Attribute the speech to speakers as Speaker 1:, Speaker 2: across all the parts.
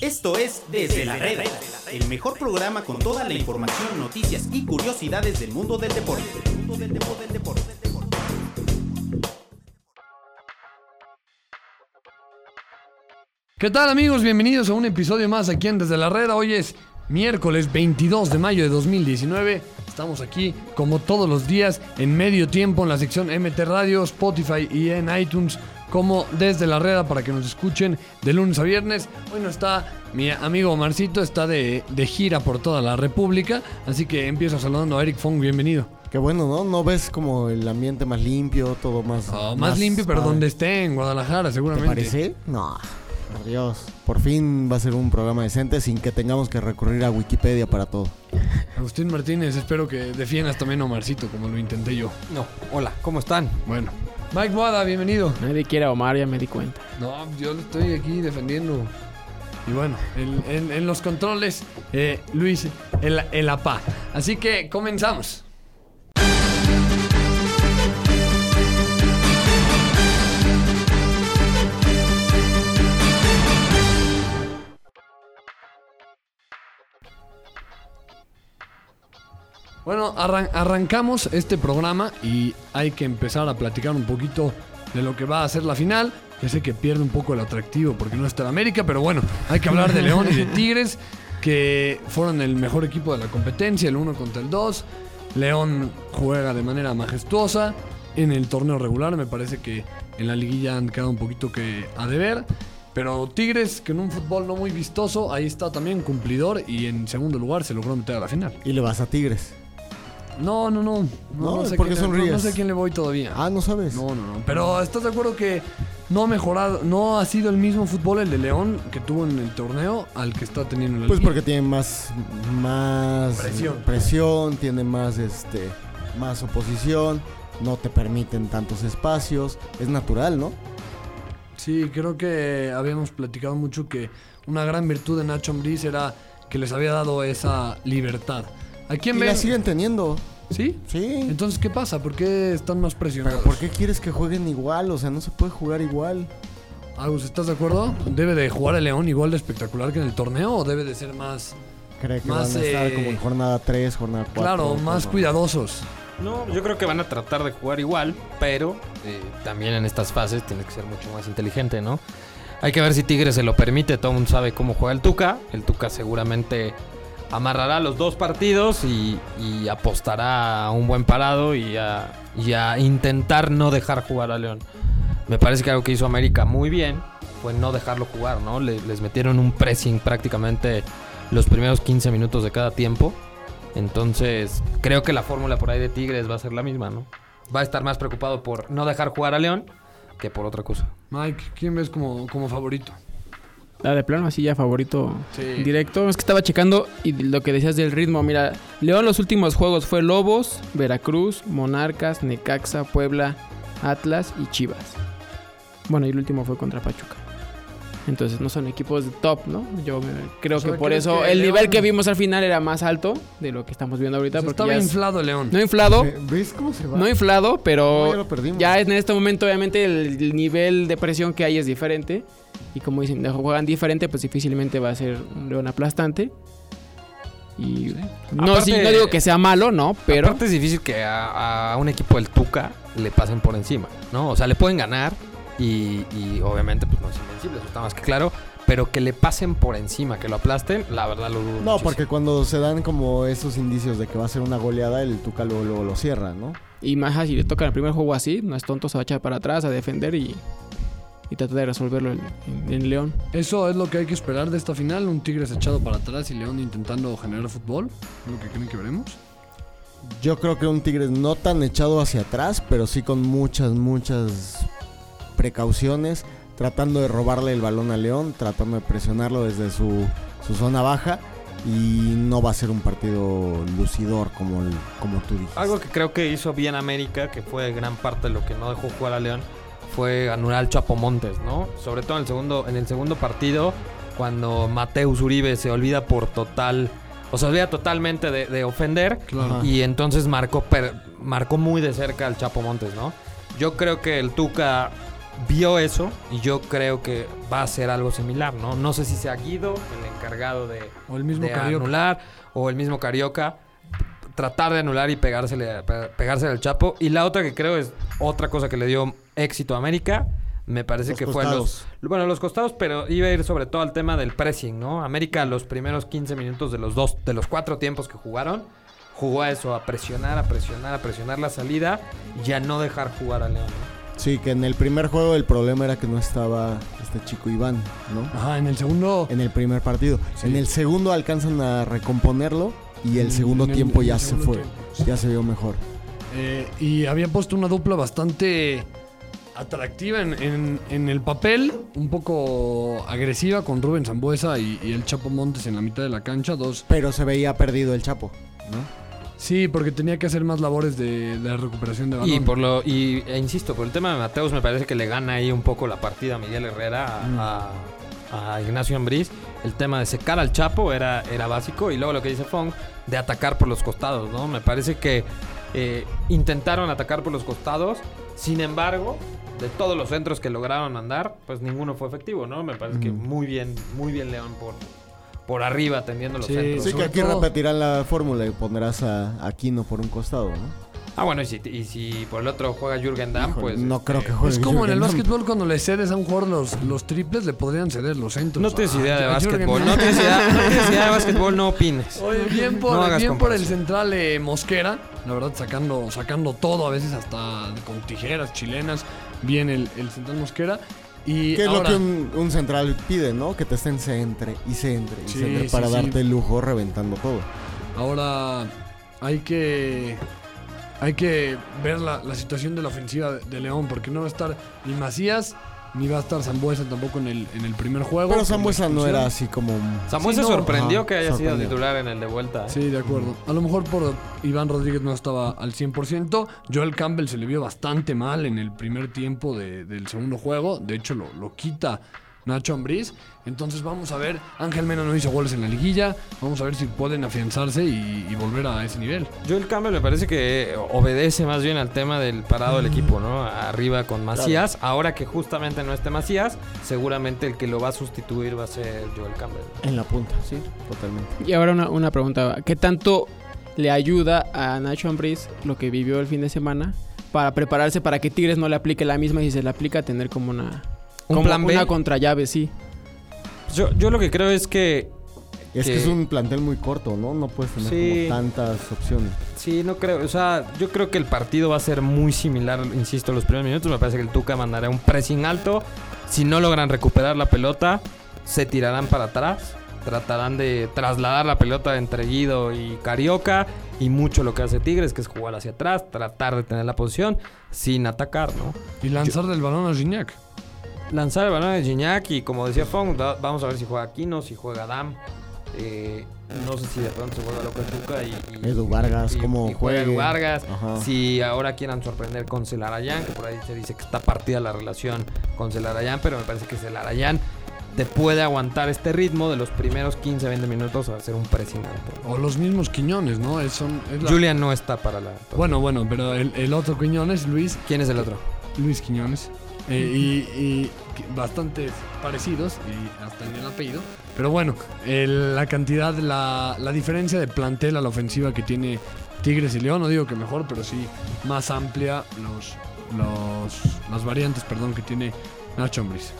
Speaker 1: Esto es Desde la Reda, el mejor programa con toda la información, noticias y curiosidades del mundo del deporte.
Speaker 2: ¿Qué tal amigos? Bienvenidos a un episodio más aquí en Desde la Reda. Hoy es miércoles 22 de mayo de 2019. Estamos aquí como todos los días en medio tiempo en la sección MT Radio, Spotify y en iTunes como Desde la Reda para que nos escuchen de lunes a viernes. Hoy no está mi amigo Marcito, está de, de gira por toda la República, así que empiezo saludando a Eric Fong, bienvenido.
Speaker 3: Qué bueno, ¿no? No ves como el ambiente más limpio, todo Oh, más.
Speaker 2: Ah, más, limpio, pero
Speaker 3: padre.
Speaker 2: donde esté, en Guadalajara
Speaker 3: ¿Te
Speaker 2: seguramente.
Speaker 3: parece? No. Por Dios. Por fin va a ser un programa decente sin que tengamos que recurrir a Wikipedia para todo.
Speaker 2: Agustín Martínez, espero que defiendas también a Marcito como lo intenté yo.
Speaker 4: No, hola, ¿cómo están?
Speaker 2: Bueno. Mike Boada, bienvenido.
Speaker 5: Nadie quiere a Omar, ya me di cuenta.
Speaker 2: No, yo lo estoy aquí defendiendo. Y bueno, en, en- en los controles, eh, Luis, el, el APA. Así que comenzamos. Bueno, arran- arrancamos este programa y hay que empezar a platicar un poquito de lo que va a ser la final. Ya sé que pierde un poco el atractivo porque no está en América, pero bueno, hay que hablar de León y de Tigres, que fueron el mejor equipo de la competencia, el 1 contra el 2. León juega de manera majestuosa en el torneo regular, me parece que en la liguilla han quedado un poquito que a deber. Pero Tigres, que en un fútbol no muy vistoso, ahí está también cumplidor y en segundo lugar se logró meter a la final.
Speaker 3: Y le vas a Tigres.
Speaker 2: No, no, no.
Speaker 3: No,
Speaker 2: sé
Speaker 3: porque
Speaker 2: quién- no-
Speaker 3: sonríes.
Speaker 2: No, sé a quién le voy todavía.
Speaker 3: Ah, no sabes.
Speaker 2: No, no, no. Pero ¿estás de acuerdo que no ha mejorado, no ha sido el mismo fútbol el de León que tuvo en el torneo al que está teniendo en la
Speaker 3: Pues
Speaker 2: liga?
Speaker 3: porque tiene más. Más.
Speaker 2: Presión.
Speaker 3: presión, tiene más, este. Más oposición. No te permiten tantos espacios. Es natural, ¿no?
Speaker 2: Sí, creo que habíamos platicado mucho que una gran virtud de Nacho Ambriz era que les había dado esa libertad. ¿A quién
Speaker 3: Y
Speaker 2: ven?
Speaker 3: la siguen teniendo.
Speaker 2: ¿Sí?
Speaker 3: Sí.
Speaker 2: Entonces, ¿qué pasa? ¿Por qué están más presionados?
Speaker 3: Pero ¿por qué quieres que jueguen igual? O sea, no se puede jugar igual.
Speaker 2: Agus, ¿estás de acuerdo? ¿Debe de jugar el León igual de espectacular que en el torneo o debe de ser más,
Speaker 3: Creo que
Speaker 2: Más,
Speaker 3: van a estar
Speaker 2: eh,
Speaker 3: como en jornada 3, jornada 4.
Speaker 2: claro, más cuidadosos?
Speaker 4: No, yo creo que van a tratar de jugar igual, pero eh, también en estas fases tienes que ser mucho más inteligente, ¿no? Hay que ver si Tigres se lo permite, todo el mundo sabe cómo juega el Tuca, el Tuca seguramente amarrará los dos partidos y, y apostará a un buen parado y a, y a intentar no dejar jugar a León. Me parece que algo que hizo América muy bien fue no dejarlo jugar, ¿no? Le- les metieron un pressing prácticamente los primeros 15 minutos de cada tiempo. Entonces, creo que la fórmula por ahí de Tigres va a ser la misma, ¿no? Va a estar más preocupado por no dejar jugar a León que por otra cosa.
Speaker 2: Mike, ¿quién ves como, como favorito?
Speaker 5: La de plano así ya favorito
Speaker 2: Sí.
Speaker 5: directo. Es que estaba checando y lo que decías del ritmo. Mira, León los últimos juegos fue Lobos, Veracruz, Monarcas, Necaxa, Puebla, Atlas y Chivas. Bueno, y el último fue contra Pachuca. Entonces no son equipos de top, ¿no? Yo eh, creo
Speaker 2: O sea,
Speaker 5: que por
Speaker 2: ¿crees
Speaker 5: eso
Speaker 2: que
Speaker 5: el
Speaker 2: León-
Speaker 5: nivel que vimos al final era más alto de lo que estamos viendo ahorita.
Speaker 2: O sea,
Speaker 5: porque
Speaker 2: estaba
Speaker 5: ya es-
Speaker 2: inflado el León.
Speaker 5: no inflado,
Speaker 3: ¿Ves cómo se va?
Speaker 5: no inflado, pero
Speaker 3: No, ya lo perdimos.
Speaker 5: Ya en este momento, obviamente, el, el nivel de presión que hay es diferente. Y como dicen, de- juegan diferente, pues difícilmente va a ser un león aplastante. Y no,
Speaker 4: Aparte-
Speaker 5: sí, no digo que sea malo, ¿no? Pero
Speaker 4: Aparte es difícil que a, a un equipo del Tuca le pasen por encima, ¿no? O sea, le pueden ganar y, y obviamente pues no es invencible, eso está más que claro, pero que le pasen por encima, que lo aplasten, la verdad lo dudo.
Speaker 3: No,
Speaker 4: muchísimo.
Speaker 3: porque cuando se dan como esos indicios de que va a ser una goleada, el Tuca luego, luego lo cierra, ¿no?
Speaker 5: y más si le toca el primer juego así, no es tonto, se va a echar para atrás a defender y, y tratar de resolverlo en, en- en León.
Speaker 2: Eso es lo que hay que esperar de esta final, un Tigres echado para atrás y León intentando generar fútbol, lo que creen que veremos.
Speaker 3: Yo creo que un Tigres no tan echado hacia atrás, pero sí con muchas, muchas precauciones, tratando de robarle el balón a León, tratando de presionarlo desde su, su zona baja. Y no va a ser un partido lucidor como, el- como tú dijiste.
Speaker 4: Algo que creo que hizo bien América, que fue gran parte de lo que no dejó jugar a León, fue anular al Chapo Montes, ¿no? Sobre todo en el segundo, en el segundo partido, cuando Mateus Uribe se olvida por total, o se olvida totalmente de, de ofender,
Speaker 2: Claro.
Speaker 4: y entonces marcó, per- marcó muy de cerca al Chapo Montes, ¿no? Yo creo que el Tuca vio eso y yo creo que va a ser algo similar, ¿no? No sé si sea Guido el encargado de,
Speaker 2: O el mismo
Speaker 4: de
Speaker 2: Carioca.
Speaker 4: anular o el mismo Carioca tratar de anular y pegársele, pe- pegársele al Chapo. Y la otra que creo es otra cosa que le dio éxito a América. Me parece
Speaker 3: Los
Speaker 4: que
Speaker 3: costados.
Speaker 4: fue a los, bueno, los costados, pero iba a ir sobre todo al tema del pressing, ¿no? América los primeros 15 minutos de los dos, de los cuatro tiempos que jugaron, jugó a eso, a presionar, a presionar, a presionar la salida y a no dejar jugar a León. ¿no?
Speaker 3: Sí, que en el primer juego el problema era que no estaba este chico Iván, ¿no?
Speaker 2: Ajá, en el segundo.
Speaker 3: En el primer partido. En el segundo alcanzan a recomponerlo y el
Speaker 2: En-
Speaker 3: segundo
Speaker 2: Mm, en el-
Speaker 3: tiempo
Speaker 2: en
Speaker 3: ya
Speaker 2: el
Speaker 3: se
Speaker 2: segundo
Speaker 3: fue.
Speaker 2: tiempo.
Speaker 3: Ya se vio mejor.
Speaker 2: eh, y había puesto una dupla bastante atractiva en, en- en el papel, un poco agresiva con Rubén Zambuesa y, y el Chapo Montes en la mitad de la cancha. Dos
Speaker 3: Pero se veía perdido el Chapo, ¿no?
Speaker 2: Sí, porque tenía que hacer más labores de, de recuperación de balón.
Speaker 4: Y por lo y e insisto, por el tema de Mateus me parece que le gana ahí un poco la partida a Miguel Herrera
Speaker 3: Mm.
Speaker 4: a, a- a Ignacio Ambriz. El tema de secar al Chapo era, era básico y luego lo que dice Fong de atacar por los costados, ¿no? Me parece que eh, intentaron atacar por los costados, sin embargo, de todos los centros que lograron andar, pues ninguno fue efectivo, ¿no? Me parece que
Speaker 3: Mm.
Speaker 4: muy bien, muy bien León por, por arriba atendiendo los
Speaker 2: Sí,
Speaker 4: centros.
Speaker 3: Sí, que
Speaker 2: sobre
Speaker 3: aquí
Speaker 2: todo-
Speaker 3: repetirán la fórmula y pondrás a Aquino por un costado, ¿no?
Speaker 4: Ah, bueno, y si, y si por el otro juega Jürgen Damm,
Speaker 3: Híjole,
Speaker 4: pues
Speaker 3: no
Speaker 4: este,
Speaker 3: creo que juegue.
Speaker 2: eh, es como en el
Speaker 3: Jürgen Damm.
Speaker 2: básquetbol cuando le cedes a un jugador los, los triples, le podrían ceder los centros.
Speaker 4: No tienes
Speaker 2: Ah,
Speaker 4: idea de
Speaker 2: a Jürgen
Speaker 4: básquetbol. No
Speaker 2: Damm.
Speaker 4: tienes idea, no tienes idea de básquetbol, no opines.
Speaker 2: Oye, bien por,
Speaker 4: No hagas
Speaker 2: bien por el
Speaker 4: comparación.
Speaker 2: central eh, Mosquera, la verdad sacando, sacando todo, a veces hasta con tijeras chilenas, bien el, el central Mosquera. Y
Speaker 3: Que es lo
Speaker 2: ahora-
Speaker 3: que un, un central pide, ¿no? Que te estén se entre y se entre y
Speaker 2: Sí,
Speaker 3: se entre
Speaker 2: sí,
Speaker 3: para
Speaker 2: sí.
Speaker 3: darte el lujo reventando todo.
Speaker 2: Ahora hay que hay que ver la, la situación de la ofensiva de, de León, porque no va a estar ni Macías ni va a estar Zambuesa tampoco en el, en el primer juego.
Speaker 3: Pero
Speaker 2: Por
Speaker 3: Sambuesa
Speaker 2: la
Speaker 3: no era
Speaker 2: expulsión.
Speaker 3: así como...
Speaker 4: Samuel
Speaker 2: Sí,
Speaker 4: se
Speaker 2: no,
Speaker 4: sorprendió
Speaker 3: ajá,
Speaker 4: que haya sido
Speaker 3: sorprendió.
Speaker 4: titular en el de vuelta. ¿eh?
Speaker 2: Sí, de acuerdo. A lo mejor por Iván Rodríguez no estaba al 100%. Joel Campbell se le vio bastante mal en el primer tiempo de- del segundo juego. De hecho, lo, lo quita Nacho Ambriz. Entonces vamos a ver. Ángel Mena no hizo goles en la liguilla. Vamos a ver si pueden afianzarse y- y volver a ese nivel.
Speaker 4: Joel Campbell me parece que obedece más bien al tema del parado del equipo, ¿no? Arriba con Macías. Ahora que justamente no esté Macías, seguramente el que lo va a sustituir va a ser Joel Campbell.
Speaker 3: En la punta, sí, totalmente.
Speaker 5: Y ahora una, una pregunta, ¿qué tanto le ayuda a Nacho Ambriz lo que vivió el fin de semana para prepararse para que Tigres no le aplique la misma y si se le aplica tener como una
Speaker 4: Un
Speaker 5: como
Speaker 4: plan B.
Speaker 5: una contrallave, sí?
Speaker 4: Yo, yo lo que creo es que
Speaker 3: Y es que
Speaker 4: Que-
Speaker 3: es un plantel muy corto, ¿no? No puedes tener
Speaker 4: Sí.
Speaker 3: como tantas opciones.
Speaker 4: Sí, no creo. O sea, yo creo que el partido va a ser muy similar, insisto, los primeros minutos. Me parece que el Tuca mandará un pressing alto. Si no logran recuperar la pelota, se tirarán para atrás. Tratarán de trasladar la pelota entre Guido y Carioca. Y mucho lo que hace Tigres, que es jugar hacia atrás, tratar de tener la posición sin atacar, ¿no?
Speaker 2: Y lanzar del balón a Gignac.
Speaker 4: Lanzar el balón de Gignac y como decía Fong, da- vamos a ver si juega Aquino, si juega Dam. Eh, no sé si de pronto se juega López Tuca y, y-
Speaker 3: Edu Vargas,
Speaker 4: y-
Speaker 3: cómo
Speaker 4: y juega Edu
Speaker 3: juegue.
Speaker 4: Vargas.
Speaker 3: Ajá.
Speaker 4: Si ahora quieran sorprender con Celarayán, que por ahí se dice que está partida la relación con Celarayán, pero me parece que Celarayán te puede aguantar este ritmo de los primeros 15, 20 minutos a hacer un pressing alto.
Speaker 2: O los mismos Quiñones, ¿no? Es, son, es la-
Speaker 4: Julian no está para la.
Speaker 2: Bueno, bueno, pero el, el otro Quiñones, Luis,
Speaker 4: ¿Quién es el otro?
Speaker 2: Luis Quiñones. eh, y, y que- bastantes parecidos, y hasta en el apellido. Pero bueno, el- la cantidad, la, la diferencia de plantel a la ofensiva que tiene Tigres y León, no digo que mejor, pero sí más amplia los, los, las variantes perdón, que tiene Nacho Ambriz.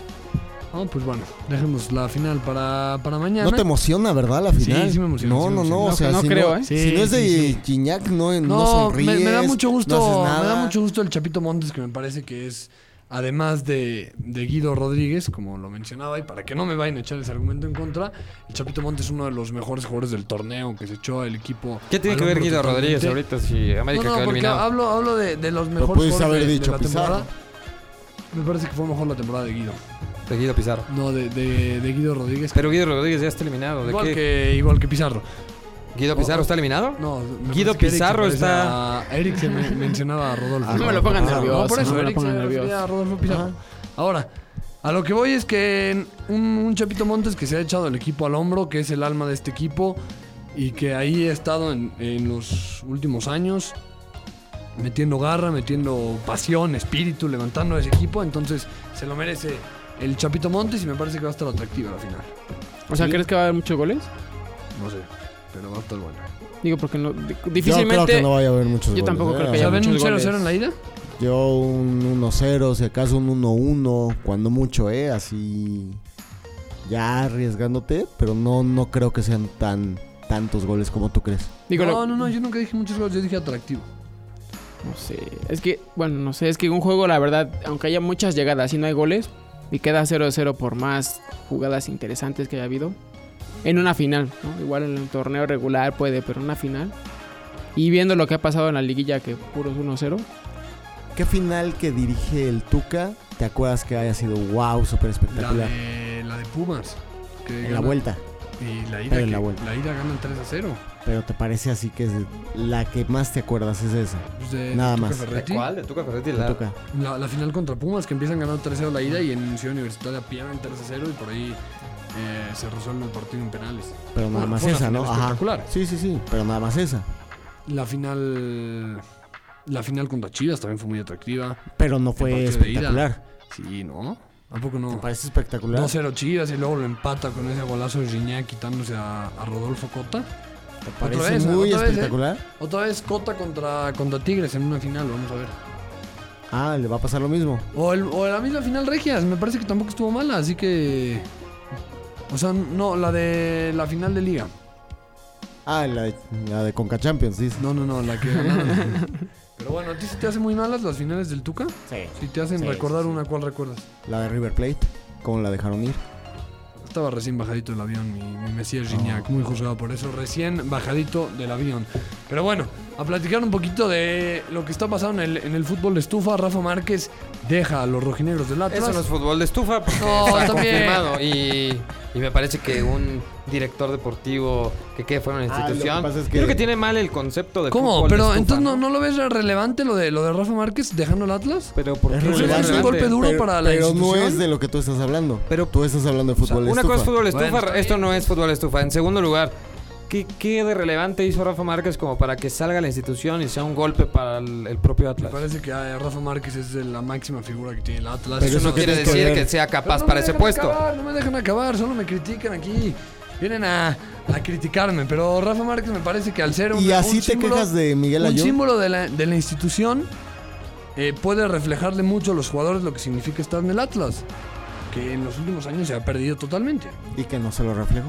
Speaker 2: Ah, pues bueno, dejemos la final para, para mañana.
Speaker 3: No te emociona, ¿verdad? La
Speaker 2: Sí,
Speaker 3: final.
Speaker 2: sí me emociona,
Speaker 3: No,
Speaker 2: sí me
Speaker 3: no,
Speaker 2: emociona.
Speaker 3: no. O
Speaker 5: No,
Speaker 3: sea,
Speaker 5: no
Speaker 3: si,
Speaker 5: creo,
Speaker 3: no,
Speaker 5: ¿eh?
Speaker 3: si no es de
Speaker 2: Sí, sí,
Speaker 3: Gignac, no, no,
Speaker 2: No, me-
Speaker 3: sonríes.
Speaker 2: me, da mucho gusto,
Speaker 3: no haces
Speaker 2: me da
Speaker 3: nada.
Speaker 2: mucho gusto el Chapito Montes, que me parece que es, además de, de Guido Rodríguez, como lo mencionaba, y para que no me vayan a echar ese argumento en contra, el Chapito Montes es uno de los mejores jugadores del torneo que se echó el equipo.
Speaker 4: ¿Qué tiene
Speaker 2: al
Speaker 4: que ver
Speaker 2: hombro
Speaker 4: Guido Rodríguez
Speaker 2: totalmente.
Speaker 4: ahorita si América
Speaker 2: No, no,
Speaker 4: quedó
Speaker 2: porque
Speaker 4: eliminado?
Speaker 2: hablo, hablo de, de los mejores
Speaker 3: pudiste
Speaker 2: jugadores
Speaker 3: haber
Speaker 2: de- de
Speaker 3: dicho
Speaker 2: la
Speaker 3: Pizarro.
Speaker 2: temporada. Me parece que fue mejor la temporada de Guido.
Speaker 4: De Guido Pizarro.
Speaker 2: No, de, de- de Guido Rodríguez.
Speaker 4: Pero Guido Rodríguez ya está eliminado. ¿De
Speaker 2: igual,
Speaker 4: qué?
Speaker 2: que, igual que Pizarro.
Speaker 4: ¿Guido Pizarro está eliminado?
Speaker 2: No, me parece
Speaker 4: Guido
Speaker 2: que Eric se
Speaker 4: Pizarro
Speaker 2: parece
Speaker 4: está-
Speaker 2: a- Eric se me- mencionaba a Rodolfo.
Speaker 5: No me lo pongan
Speaker 3: Ah,
Speaker 5: nervioso.
Speaker 2: No, por eso
Speaker 5: me lo
Speaker 2: Eric se
Speaker 5: pongan
Speaker 2: refería
Speaker 5: nervioso.
Speaker 2: a Rodolfo Pizarro.
Speaker 3: Ajá.
Speaker 2: Ahora, a lo que voy es que en un, un Chapito Montes que se ha echado el equipo al hombro, que es el alma de este equipo y que ahí ha estado en, en los últimos años. metiendo garra, metiendo pasión, espíritu, levantando a ese equipo. Entonces se lo merece el Chapito Montes y me parece que va a estar atractiva la final.
Speaker 5: O sea, ¿crees que va a haber muchos goles?
Speaker 2: No sé, pero va a estar bueno.
Speaker 5: Digo, porque no, di-
Speaker 3: Yo creo
Speaker 5: difícilmente.
Speaker 3: que no vaya a haber muchos ¿eh?
Speaker 5: yo tampoco creo que
Speaker 2: O sea,
Speaker 5: haya
Speaker 2: ¿ven un
Speaker 5: muchos
Speaker 2: 0-0
Speaker 5: goles.
Speaker 2: en la ida?
Speaker 3: Yo un 1-0, si acaso un 1-1, cuando mucho, ¿eh? Así ya arriesgándote, pero no, no creo que sean tan tantos goles como tú crees.
Speaker 5: Digo,
Speaker 2: no,
Speaker 5: lo-
Speaker 2: no, no, yo nunca dije muchos goles, yo dije atractivo.
Speaker 5: No sé. Es que, bueno, no sé. Es que un juego, la verdad, aunque haya muchas llegadas y no hay goles, y queda 0-0 por más jugadas interesantes que haya habido, en una final, ¿no? Igual en un torneo regular puede, pero en una final. Y viendo lo que ha pasado en la liguilla, que puros 1-0,
Speaker 3: ¿Qué final que dirige el Tuca te acuerdas que haya sido wow, súper
Speaker 2: La
Speaker 3: espectacular?
Speaker 2: de, la de Pumas. que
Speaker 3: En la
Speaker 2: gana-
Speaker 3: vuelta.
Speaker 2: Y la ida,
Speaker 3: Pero
Speaker 2: que-
Speaker 3: en la
Speaker 2: la,
Speaker 3: vuelta.
Speaker 2: ida ganan 3 a 0.
Speaker 3: Pero te parece así que es la que más te acuerdas es esa.
Speaker 2: Pues de
Speaker 3: Nada
Speaker 2: Tuca
Speaker 3: más.
Speaker 2: Ferretti.
Speaker 4: ¿De Tuca Ferretti?
Speaker 3: el Tuca.
Speaker 2: La, la final contra Pumas, que empiezan ganando 3 a 0 la ida y en Ciudad Universitaria pierden 3 a 0 y por ahí eh, se resuelve el partido en penales.
Speaker 3: Pero nada
Speaker 2: Una-
Speaker 3: más
Speaker 2: una
Speaker 3: esa, ¿no?
Speaker 2: final
Speaker 3: Ajá.
Speaker 2: espectacular.
Speaker 3: Sí, sí, sí, pero nada más esa.
Speaker 2: La final. La final contra Chivas también fue muy atractiva.
Speaker 3: Pero no fue
Speaker 2: partido de ida.
Speaker 3: espectacular.
Speaker 2: Sí, ¿no? Tampoco no.
Speaker 3: ¿Te parece espectacular?
Speaker 2: 2-0 Chivas y luego lo empata con ese golazo de Gignac quitándose a, a Rodolfo Cota.
Speaker 3: ¿Te parece
Speaker 2: Otra vez,
Speaker 3: muy
Speaker 2: otra vez, ¿eh?
Speaker 3: espectacular?
Speaker 2: Otra vez Cota contra, contra Tigres en una final, vamos a ver.
Speaker 3: Ah, le va a pasar lo mismo.
Speaker 2: O, el- o la misma final Regias, me parece que tampoco estuvo mala, así que. O sea, no, la de la final de Liga.
Speaker 3: Ah, la de, la de Conca Champions, dice.
Speaker 2: No, no, no, la que ganaron. Pero bueno, ¿a ti se te hacen muy malas las finales del Tuca?
Speaker 3: Sí.
Speaker 2: Si te hacen
Speaker 3: Sí,
Speaker 2: recordar
Speaker 3: sí, sí.
Speaker 2: una, ¿cuál recuerdas?
Speaker 3: La de River Plate, ¿cómo la dejaron ir?
Speaker 2: Estaba recién bajadito del avión, mi, mi Mesías Gignac, muy juzgado por eso, recién bajadito del avión. Pero bueno, a platicar un poquito de lo que está pasando en el, en el fútbol de estufa, Rafa Márquez deja a los rojinegros del Atlas.
Speaker 4: Eso no es fútbol de estufa, porque
Speaker 2: No,
Speaker 4: está
Speaker 2: también.
Speaker 4: confirmado. Y, y me parece que un director deportivo que quede fuera de una
Speaker 3: Ah, lo que
Speaker 4: institución.
Speaker 3: pasa es que-
Speaker 4: Creo que tiene mal el concepto de
Speaker 2: ¿Cómo?
Speaker 4: fútbol de
Speaker 2: Pero
Speaker 4: estufa,
Speaker 2: entonces ¿no, no lo ves relevante lo de lo de Rafa Márquez dejando el Atlas?
Speaker 4: Pero ¿por
Speaker 3: Es
Speaker 4: qué
Speaker 2: relevante.
Speaker 4: relevante?
Speaker 2: Es un golpe duro
Speaker 3: pero,
Speaker 2: para la
Speaker 3: Pero no
Speaker 2: institución.
Speaker 3: es de lo que tú estás hablando.
Speaker 4: Pero-
Speaker 3: Pero tú estás hablando de
Speaker 4: O sea,
Speaker 3: fútbol
Speaker 4: una
Speaker 3: estufa.
Speaker 4: cosa es fútbol
Speaker 2: Bueno, eh,
Speaker 4: estufa,
Speaker 2: está
Speaker 4: esto
Speaker 2: bien.
Speaker 4: no es fútbol estufa. En segundo lugar, ¿qué, qué de relevante hizo Rafa Márquez como para que salga la institución y sea un golpe para el, el propio
Speaker 2: Me
Speaker 4: Atlas?
Speaker 2: parece que ah, Rafa Márquez es de la máxima figura que tiene el Atlas.
Speaker 3: Pero
Speaker 4: Eso
Speaker 3: eso
Speaker 4: no
Speaker 3: que
Speaker 4: quiere
Speaker 3: tienes que
Speaker 4: decir
Speaker 3: ver.
Speaker 4: que sea
Speaker 2: Pero
Speaker 4: capaz
Speaker 2: no me
Speaker 4: para ese
Speaker 2: dejan
Speaker 4: puesto.
Speaker 2: acabar, no me dejan acabar, solo me critican aquí. Vienen a, a criticarme, pero Rafa Márquez me parece que al ser un
Speaker 3: Y así
Speaker 2: un
Speaker 3: te
Speaker 2: símbolo-
Speaker 3: quejas de Miguel
Speaker 2: un
Speaker 3: Ayón.
Speaker 2: símbolo de la, de la institución eh, puede reflejarle mucho a los jugadores lo que significa estar en el Atlas, que en los últimos años se ha perdido totalmente.
Speaker 3: Y que no se lo reflejó.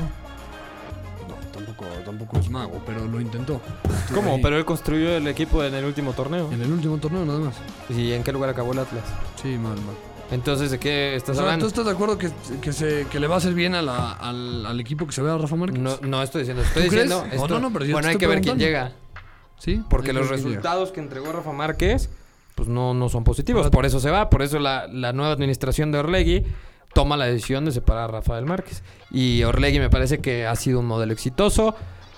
Speaker 2: No, tampoco, tampoco es mago, pero lo intentó. Estuvo
Speaker 4: ¿Cómo?
Speaker 2: ahí
Speaker 4: Pero él construyó el equipo en el último torneo.
Speaker 2: En el último torneo nada más.
Speaker 4: ¿Y en qué lugar acabó el Atlas?
Speaker 2: Sí, mal, mal.
Speaker 4: Entonces, ¿de qué
Speaker 2: O
Speaker 4: estás
Speaker 2: sea, ¿Tú
Speaker 4: hablando?
Speaker 2: estás de acuerdo que, que se, que le va a hacer bien a la- al, al equipo que se vea a Rafa Márquez?
Speaker 4: No, no estoy diciendo, estoy
Speaker 2: ¿Tú crees?
Speaker 4: diciendo.
Speaker 2: No,
Speaker 4: esto-
Speaker 2: no, no, pero yo te
Speaker 4: bueno, hay
Speaker 2: estoy
Speaker 4: que ver quién
Speaker 2: preguntando.
Speaker 4: llega.
Speaker 2: Sí.
Speaker 4: Porque
Speaker 2: Yo
Speaker 4: los
Speaker 2: creo que llega.
Speaker 4: resultados que entregó Rafa Márquez, pues no, no son positivos. Por eso se va, por eso la, la nueva administración de Orlegui toma la decisión de separar a Rafael Márquez. Y Orlegui me parece que ha sido un modelo exitoso.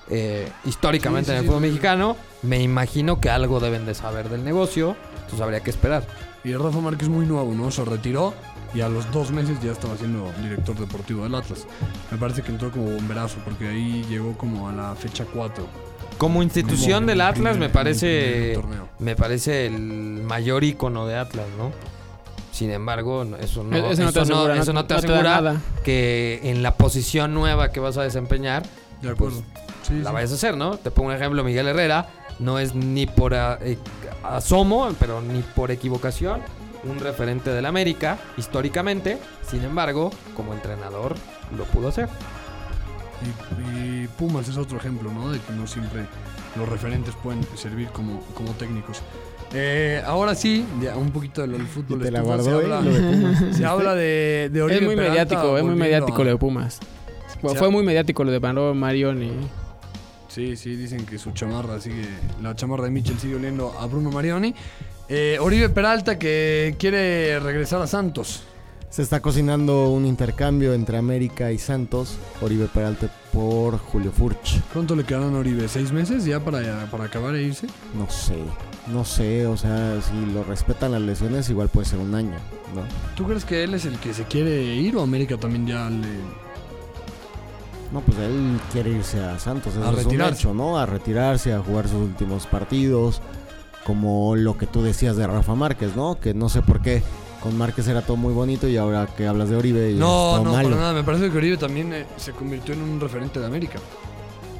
Speaker 4: eh, históricamente
Speaker 2: Sí, sí,
Speaker 4: en el
Speaker 2: sí,
Speaker 4: fútbol
Speaker 2: sí.
Speaker 4: mexicano, me imagino que algo deben de saber del negocio, entonces habría que esperar.
Speaker 2: Y Rafa Márquez muy nuevo, ¿no? Se retiró y a los dos meses ya estaba siendo director deportivo del Atlas. Me parece que entró como bomberazo porque ahí llegó como a la fecha 4.
Speaker 4: Como institución
Speaker 2: Como
Speaker 4: del
Speaker 2: el
Speaker 4: Atlas,
Speaker 2: primer-
Speaker 4: me parece.
Speaker 2: el primer torneo.
Speaker 4: Me parece el mayor icono de Atlas, ¿no? Sin embargo, no- eso no,
Speaker 5: Eso no te
Speaker 4: eso no-
Speaker 5: asegura, no
Speaker 4: eso
Speaker 5: te-
Speaker 4: no te
Speaker 5: no te da
Speaker 4: asegura
Speaker 5: nada.
Speaker 4: que en la posición nueva que vas a desempeñar
Speaker 2: De acuerdo. Sí,
Speaker 4: pues, la
Speaker 2: sí.
Speaker 4: vayas a hacer, ¿no? Te pongo un ejemplo, Miguel Herrera no es ni por a- eh, asomo, pero ni por equivocación, un referente del América históricamente. Sin embargo, como entrenador lo pudo hacer.
Speaker 2: Y, y Pumas es otro ejemplo, ¿no? De que no siempre los referentes pueden servir como, como técnicos. Eh, ahora sí, ya un poquito del
Speaker 3: Y
Speaker 2: fútbol.
Speaker 3: te la
Speaker 2: estufa,
Speaker 3: guardó,
Speaker 2: se
Speaker 3: ¿eh?
Speaker 2: habla,
Speaker 3: Lo de Pumas.
Speaker 2: se habla de, de Oribe
Speaker 5: es muy
Speaker 2: Peralta
Speaker 5: mediático, es muy
Speaker 2: volviendo
Speaker 5: mediático
Speaker 2: a-
Speaker 5: lo de Pumas. Bueno,
Speaker 2: Ya.
Speaker 5: fue muy mediático lo de Manolo Marion y.
Speaker 2: Sí, sí, dicen que su chamarra sigue. La chamarra de Mitchell sigue oliendo a Bruno Marioni. Eh, Oribe Peralta que quiere regresar a Santos.
Speaker 3: Se está cocinando un intercambio entre América y Santos. Oribe Peralta por Julio Furch.
Speaker 2: ¿Cuánto le quedarán a Oribe? ¿Seis meses ya para, para acabar e irse?
Speaker 3: No sé. No sé, o sea, si lo respetan las lesiones, igual puede ser un año, ¿no?
Speaker 2: ¿Tú crees que él es el que se quiere ir o América también ya le.
Speaker 3: No, pues él quiere irse a Santos, eso
Speaker 2: A
Speaker 3: es un
Speaker 2: retirarse.
Speaker 3: hecho, ¿no? A retirarse, a jugar sus últimos partidos, como lo que tú decías de Rafa Márquez, ¿no? Que no sé por qué con Márquez era todo muy bonito y ahora que hablas de Oribe y es
Speaker 2: No,
Speaker 3: todo
Speaker 2: no,
Speaker 3: malo.
Speaker 2: para nada. Me parece que Oribe también eh, se convirtió en un referente de América.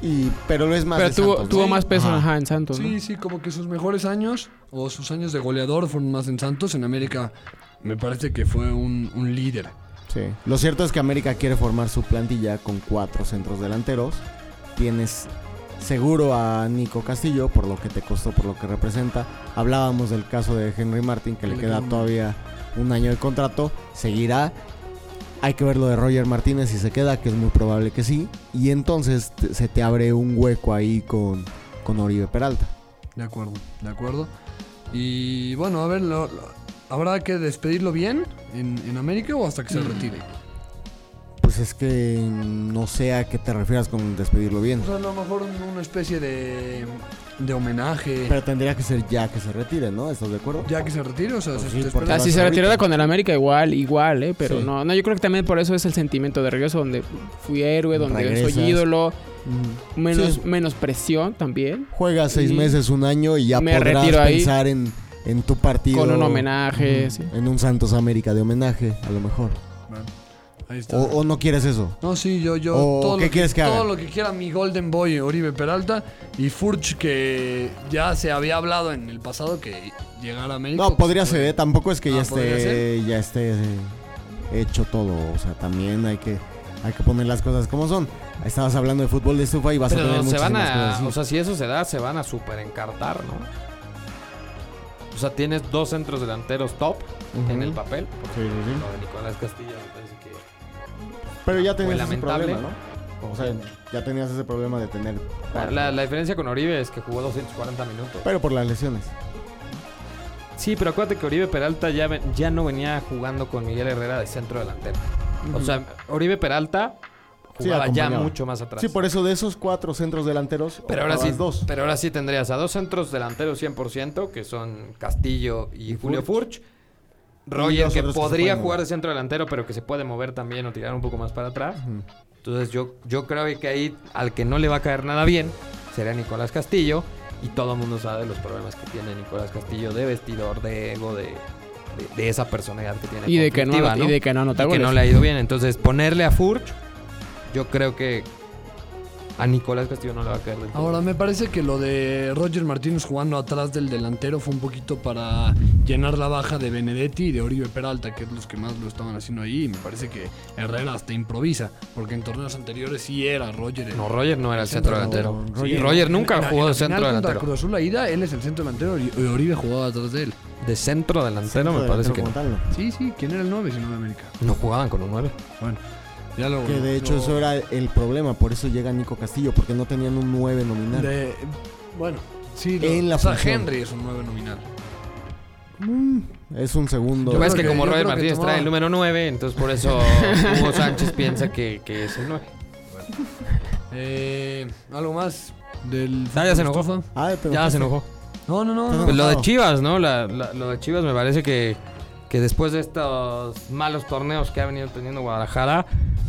Speaker 3: Y, pero lo es más
Speaker 5: Pero
Speaker 3: de
Speaker 5: tuvo,
Speaker 3: Santos, ¿no?
Speaker 5: tuvo más peso
Speaker 3: Ajá.
Speaker 5: ajá, en Santos. ¿no?
Speaker 2: Sí, sí, como que sus mejores años o sus años de goleador fueron más en Santos. En América me parece que fue un, un líder.
Speaker 3: Sí. Lo cierto es que América quiere formar su plantilla con cuatro centros delanteros. Tienes seguro a Nico Castillo por lo que te costó, por lo que representa. Hablábamos del caso de Henry Martin, que le
Speaker 2: Le
Speaker 3: queda
Speaker 2: queda un-
Speaker 3: todavía un año de contrato. Seguirá. Hay que ver lo de Roger Martínez si se queda, que es muy probable que sí. Y entonces te- se te abre un hueco ahí con, con Oribe Peralta.
Speaker 2: De acuerdo, de acuerdo. Y bueno, a ver, lo- lo- ¿habrá que despedirlo bien en, en América o hasta que se retire?
Speaker 3: Pues es que no sé a qué te refieras con despedirlo bien.
Speaker 2: O sea, a lo mejor un- una especie de, de homenaje.
Speaker 3: Pero tendría que ser ya que se retire, ¿no? ¿Estás de acuerdo?
Speaker 2: ya que se retire, o sea,
Speaker 3: Pues
Speaker 2: se-
Speaker 3: sí,
Speaker 2: te
Speaker 5: O
Speaker 3: porque
Speaker 2: esperas-
Speaker 5: sea, si
Speaker 3: Vas
Speaker 5: se
Speaker 3: ahorita.
Speaker 5: retirara con el América, igual, igual, ¿eh? Pero
Speaker 3: Sí.
Speaker 5: no, no, yo creo que también por eso es el sentimiento de regreso, donde fui héroe, donde soy
Speaker 3: Regresas.
Speaker 5: ídolo,
Speaker 3: Mm.
Speaker 5: menos,
Speaker 3: Sí.
Speaker 5: menos presión también,
Speaker 3: Juega seis
Speaker 5: Y
Speaker 3: meses, un año y ya
Speaker 5: me
Speaker 3: podrás
Speaker 5: retiro ahí.
Speaker 3: pensar en, en tu partido.
Speaker 5: con un homenaje, sí.
Speaker 3: En un Santos América de homenaje, a lo mejor.
Speaker 2: Bueno, ahí está.
Speaker 3: O, o no quieres eso.
Speaker 2: No, sí, yo, yo,
Speaker 3: O,
Speaker 2: todo,
Speaker 3: ¿qué
Speaker 2: lo
Speaker 3: quieres
Speaker 2: que,
Speaker 3: que haga?
Speaker 2: todo lo que quiera mi Golden Boy, Oribe Peralta, y Furch, que ya se había hablado en el pasado que llegar a América.
Speaker 3: No, podría
Speaker 2: pues,
Speaker 3: ser, ¿eh? tampoco es que ya
Speaker 2: Ah, ¿podría
Speaker 3: esté, ya esté eh, hecho todo. O sea, también hay que, hay que poner las cosas como son. Estabas hablando de fútbol de estufa y vas a
Speaker 4: Pero
Speaker 3: tener
Speaker 4: se
Speaker 3: muchas
Speaker 4: van
Speaker 3: cosas.
Speaker 4: a.
Speaker 3: así.
Speaker 4: O sea, si eso se da, se van a super encartar, ¿no? O sea, tienes dos centros delanteros top
Speaker 3: Ujú.
Speaker 4: en el papel.
Speaker 3: Sí, sí, sí.
Speaker 4: Lo de Nicolás Castillo me parece que.
Speaker 3: Pero ya tenías ese
Speaker 4: lamentable.
Speaker 3: problema, ¿no? O sea, ya tenías ese problema de tener.
Speaker 4: La, la diferencia con Oribe es que jugó 240 minutos.
Speaker 3: Pero por las lesiones.
Speaker 4: Sí, pero acuérdate que Oribe Peralta ya, ven- ya no venía jugando con Miguel Herrera de centro delantero. O sea, Oribe Peralta
Speaker 3: Sí,
Speaker 4: jugaba ya
Speaker 3: acompañaba.
Speaker 4: mucho más atrás.
Speaker 3: Sí, por eso de esos cuatro centros delanteros.
Speaker 4: Pero ahora, sí,
Speaker 3: optabas dos.
Speaker 4: pero ahora sí tendrías a dos centros delanteros 100%, que son Castillo y, Julio Furch.
Speaker 3: Y
Speaker 4: Roger,
Speaker 3: los
Speaker 4: que
Speaker 3: otros que se
Speaker 4: podría
Speaker 3: pueden mover.
Speaker 4: jugar de centro delantero, pero que se puede mover también o tirar un poco más para atrás. Entonces yo, yo creo que ahí al que no le va a caer nada bien será Nicolás Castillo. Y todo el mundo sabe los problemas que tiene Nicolás Castillo de vestidor, de ego, de, de- de esa personalidad que tiene.
Speaker 5: Y de, que no,
Speaker 4: conflictiva,
Speaker 5: y de que no
Speaker 4: y
Speaker 5: anota
Speaker 4: que
Speaker 5: goles.
Speaker 4: no le ha ido bien. Entonces, ponerle a Furch, yo creo que a Nicolás Castillo no le va a caer del todo.
Speaker 2: Ahora, me parece que lo de Roger Martínez jugando atrás del delantero fue un poquito para llenar la baja de Benedetti y de Oribe Peralta, que es los que más lo estaban haciendo ahí. Y me parece que Herrera hasta improvisa, porque en torneos anteriores sí era Roger. el-
Speaker 4: No, Roger no era el centro delantero.
Speaker 3: no,
Speaker 4: Roger,
Speaker 3: Roger-
Speaker 4: nunca
Speaker 2: En la-
Speaker 4: jugó
Speaker 2: en
Speaker 4: de
Speaker 2: la
Speaker 4: centro
Speaker 2: final contra
Speaker 4: delantero.
Speaker 2: Cruz Azul la ida, él es el centro delantero y y Oribe jugaba atrás de él.
Speaker 4: De centro delantero me
Speaker 3: Centro
Speaker 4: parece
Speaker 3: delantero
Speaker 4: que
Speaker 3: como
Speaker 4: no.
Speaker 3: tal, no.
Speaker 2: Sí, sí, ¿quién era el 9 si no de América?
Speaker 4: No jugaban con un 9.
Speaker 2: Bueno, ya lo
Speaker 3: Que de hecho
Speaker 2: lo-
Speaker 3: eso era el problema, por eso llega Nico Castillo, porque no tenían un 9 nominal.
Speaker 2: de- bueno, sí, lo-
Speaker 3: En la
Speaker 2: o sea,
Speaker 3: función.
Speaker 2: Henry es un 9 nominal.
Speaker 3: Es un segundo.
Speaker 2: Yo
Speaker 4: Lo que pasa es
Speaker 2: creo
Speaker 4: que
Speaker 2: que-
Speaker 4: como
Speaker 2: yo creo
Speaker 4: Roger
Speaker 2: que
Speaker 4: Martínez
Speaker 2: tomaba-
Speaker 4: trae el número 9, entonces por eso Hugo Sánchez piensa que, que es el 9.
Speaker 2: Eh, algo más del
Speaker 4: Ah, ya se enojó.
Speaker 2: Mustafa?
Speaker 3: Ah, pero-
Speaker 4: Ya se enojó.
Speaker 2: No, no, no. no.
Speaker 4: Pues lo de
Speaker 3: No.
Speaker 4: Chivas, ¿no? La- la- lo de Chivas me parece que, que después de estos malos torneos que ha venido teniendo Guadalajara,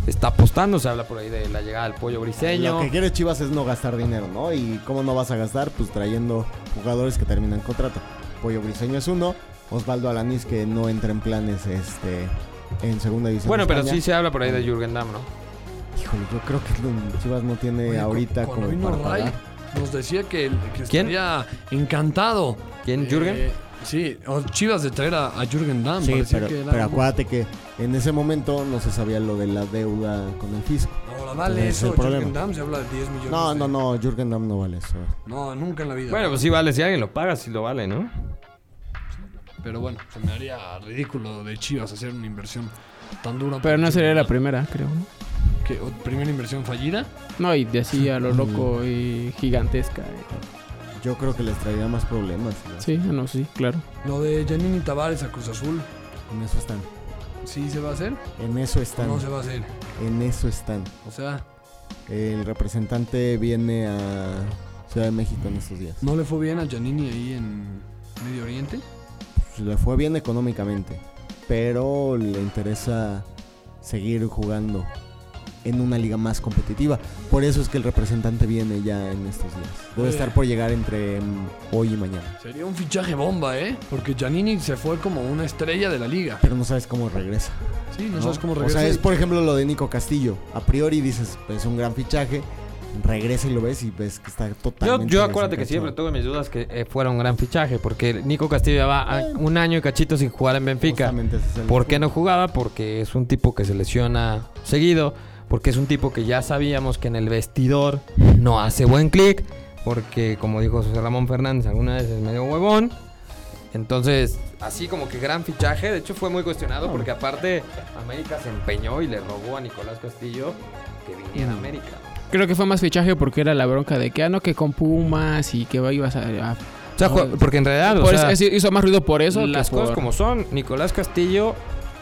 Speaker 4: está apostando. Se habla por ahí de la llegada del pollo
Speaker 3: Lo
Speaker 4: briseño.
Speaker 3: que quiere Chivas es no gastar dinero, ¿no? Y cómo no vas a gastar, pues trayendo jugadores que terminan contrato. Pollo Briseño es uno, Osvaldo Alanís que no entra en planes este en segunda división.
Speaker 4: Bueno,
Speaker 3: de
Speaker 4: pero
Speaker 3: España.
Speaker 4: sí se habla por ahí de Jürgen Damm, ¿no?
Speaker 3: Híjole, yo creo que no- Chivas no tiene
Speaker 2: Oye, cu-
Speaker 3: Eh, ahorita
Speaker 2: cuando
Speaker 3: como
Speaker 2: vino
Speaker 3: para
Speaker 2: Ray,
Speaker 3: pagar.
Speaker 2: nos decía que, que
Speaker 4: ¿Quién?
Speaker 2: estaría encantado.
Speaker 4: ¿Quién,
Speaker 2: Eh,
Speaker 4: Jürgen?
Speaker 2: Sí, o Chivas de traer a, a Jürgen Damm.
Speaker 3: Sí,
Speaker 2: parecía
Speaker 3: pero,
Speaker 2: que era
Speaker 3: pero
Speaker 2: un-
Speaker 3: acuérdate que en ese momento no se sabía lo de la deuda con el fisco.
Speaker 2: Ahora vale
Speaker 3: Ese es el
Speaker 2: eso,
Speaker 3: problema.
Speaker 2: Jürgen Damm se habla de 10 millones.
Speaker 3: No,
Speaker 2: de-
Speaker 3: no, no, Jürgen Damm no vale eso.
Speaker 2: No, nunca en la vida.
Speaker 4: Bueno, pues sí vale. Si alguien lo paga, sí lo vale, ¿no?
Speaker 2: Pero bueno, se me haría ridículo de Chivas hacer una inversión tan dura.
Speaker 5: Pero no
Speaker 2: por
Speaker 5: sería la
Speaker 2: Chivas,
Speaker 5: primera, creo. ¿no?
Speaker 2: que- o- primera inversión fallida.
Speaker 5: No, y de así a lo loco y gigantesca. eh.
Speaker 3: Yo creo que les traería más problemas. ¿no?
Speaker 5: Sí, ah, no, sí, claro.
Speaker 2: Lo de Janini Tavares a Cruz Azul,
Speaker 3: En eso están.
Speaker 2: ¿sí se va a hacer?
Speaker 3: En eso
Speaker 2: ¿O
Speaker 3: están.
Speaker 2: no se va a hacer?
Speaker 3: En eso están.
Speaker 2: O sea,
Speaker 3: El representante viene a Ciudad de México en estos días.
Speaker 2: ¿no le fue bien a Janini ahí en Medio Oriente?
Speaker 3: Pues, Le fue bien económicamente, pero le interesa seguir jugando. en una liga más competitiva. Por eso es que el representante viene ya en estos días. Debe
Speaker 2: Oye.
Speaker 3: estar por llegar entre mm, hoy y mañana.
Speaker 2: Sería un fichaje bomba, ¿eh? Porque Giannini se fue como una estrella de la liga.
Speaker 3: Pero no sabes cómo regresa.
Speaker 2: Sí, no,
Speaker 3: ¿no?
Speaker 2: sabes cómo
Speaker 3: O
Speaker 2: regresa.
Speaker 3: sea, es por ejemplo lo de Nico Castillo. A priori dices, es un gran fichaje. Regresa y lo ves y ves que está
Speaker 4: Yo,
Speaker 3: totalmente.
Speaker 4: yo acuérdate que siempre
Speaker 3: desencanchado.
Speaker 4: tuve mis dudas que eh, fuera un gran fichaje, porque Nico Castillo ya va a- un año y cachito sin jugar en Benfica.
Speaker 3: Justamente ese es el
Speaker 4: ¿Por qué
Speaker 3: punto.
Speaker 4: no jugaba? Porque es un tipo que se lesiona seguido, porque es un tipo que ya sabíamos que en el vestidor no hace buen clic, porque como dijo José Ramón Fernández, alguna vez es medio huevón. Entonces, así como que gran fichaje, de hecho fue muy cuestionado porque aparte América se empeñó y le robó a Nicolás Castillo que
Speaker 3: Mm.
Speaker 4: viniera a América.
Speaker 5: Creo que fue más fichaje porque era la bronca de que, ah, no, que con Pumas y que va- ibas a... a-
Speaker 4: O sea, ju- porque en realidad Ah, o
Speaker 5: por
Speaker 4: sea,
Speaker 5: eso- hizo más ruido por eso. que
Speaker 4: las cosas
Speaker 5: por-
Speaker 4: como son. Nicolás Castillo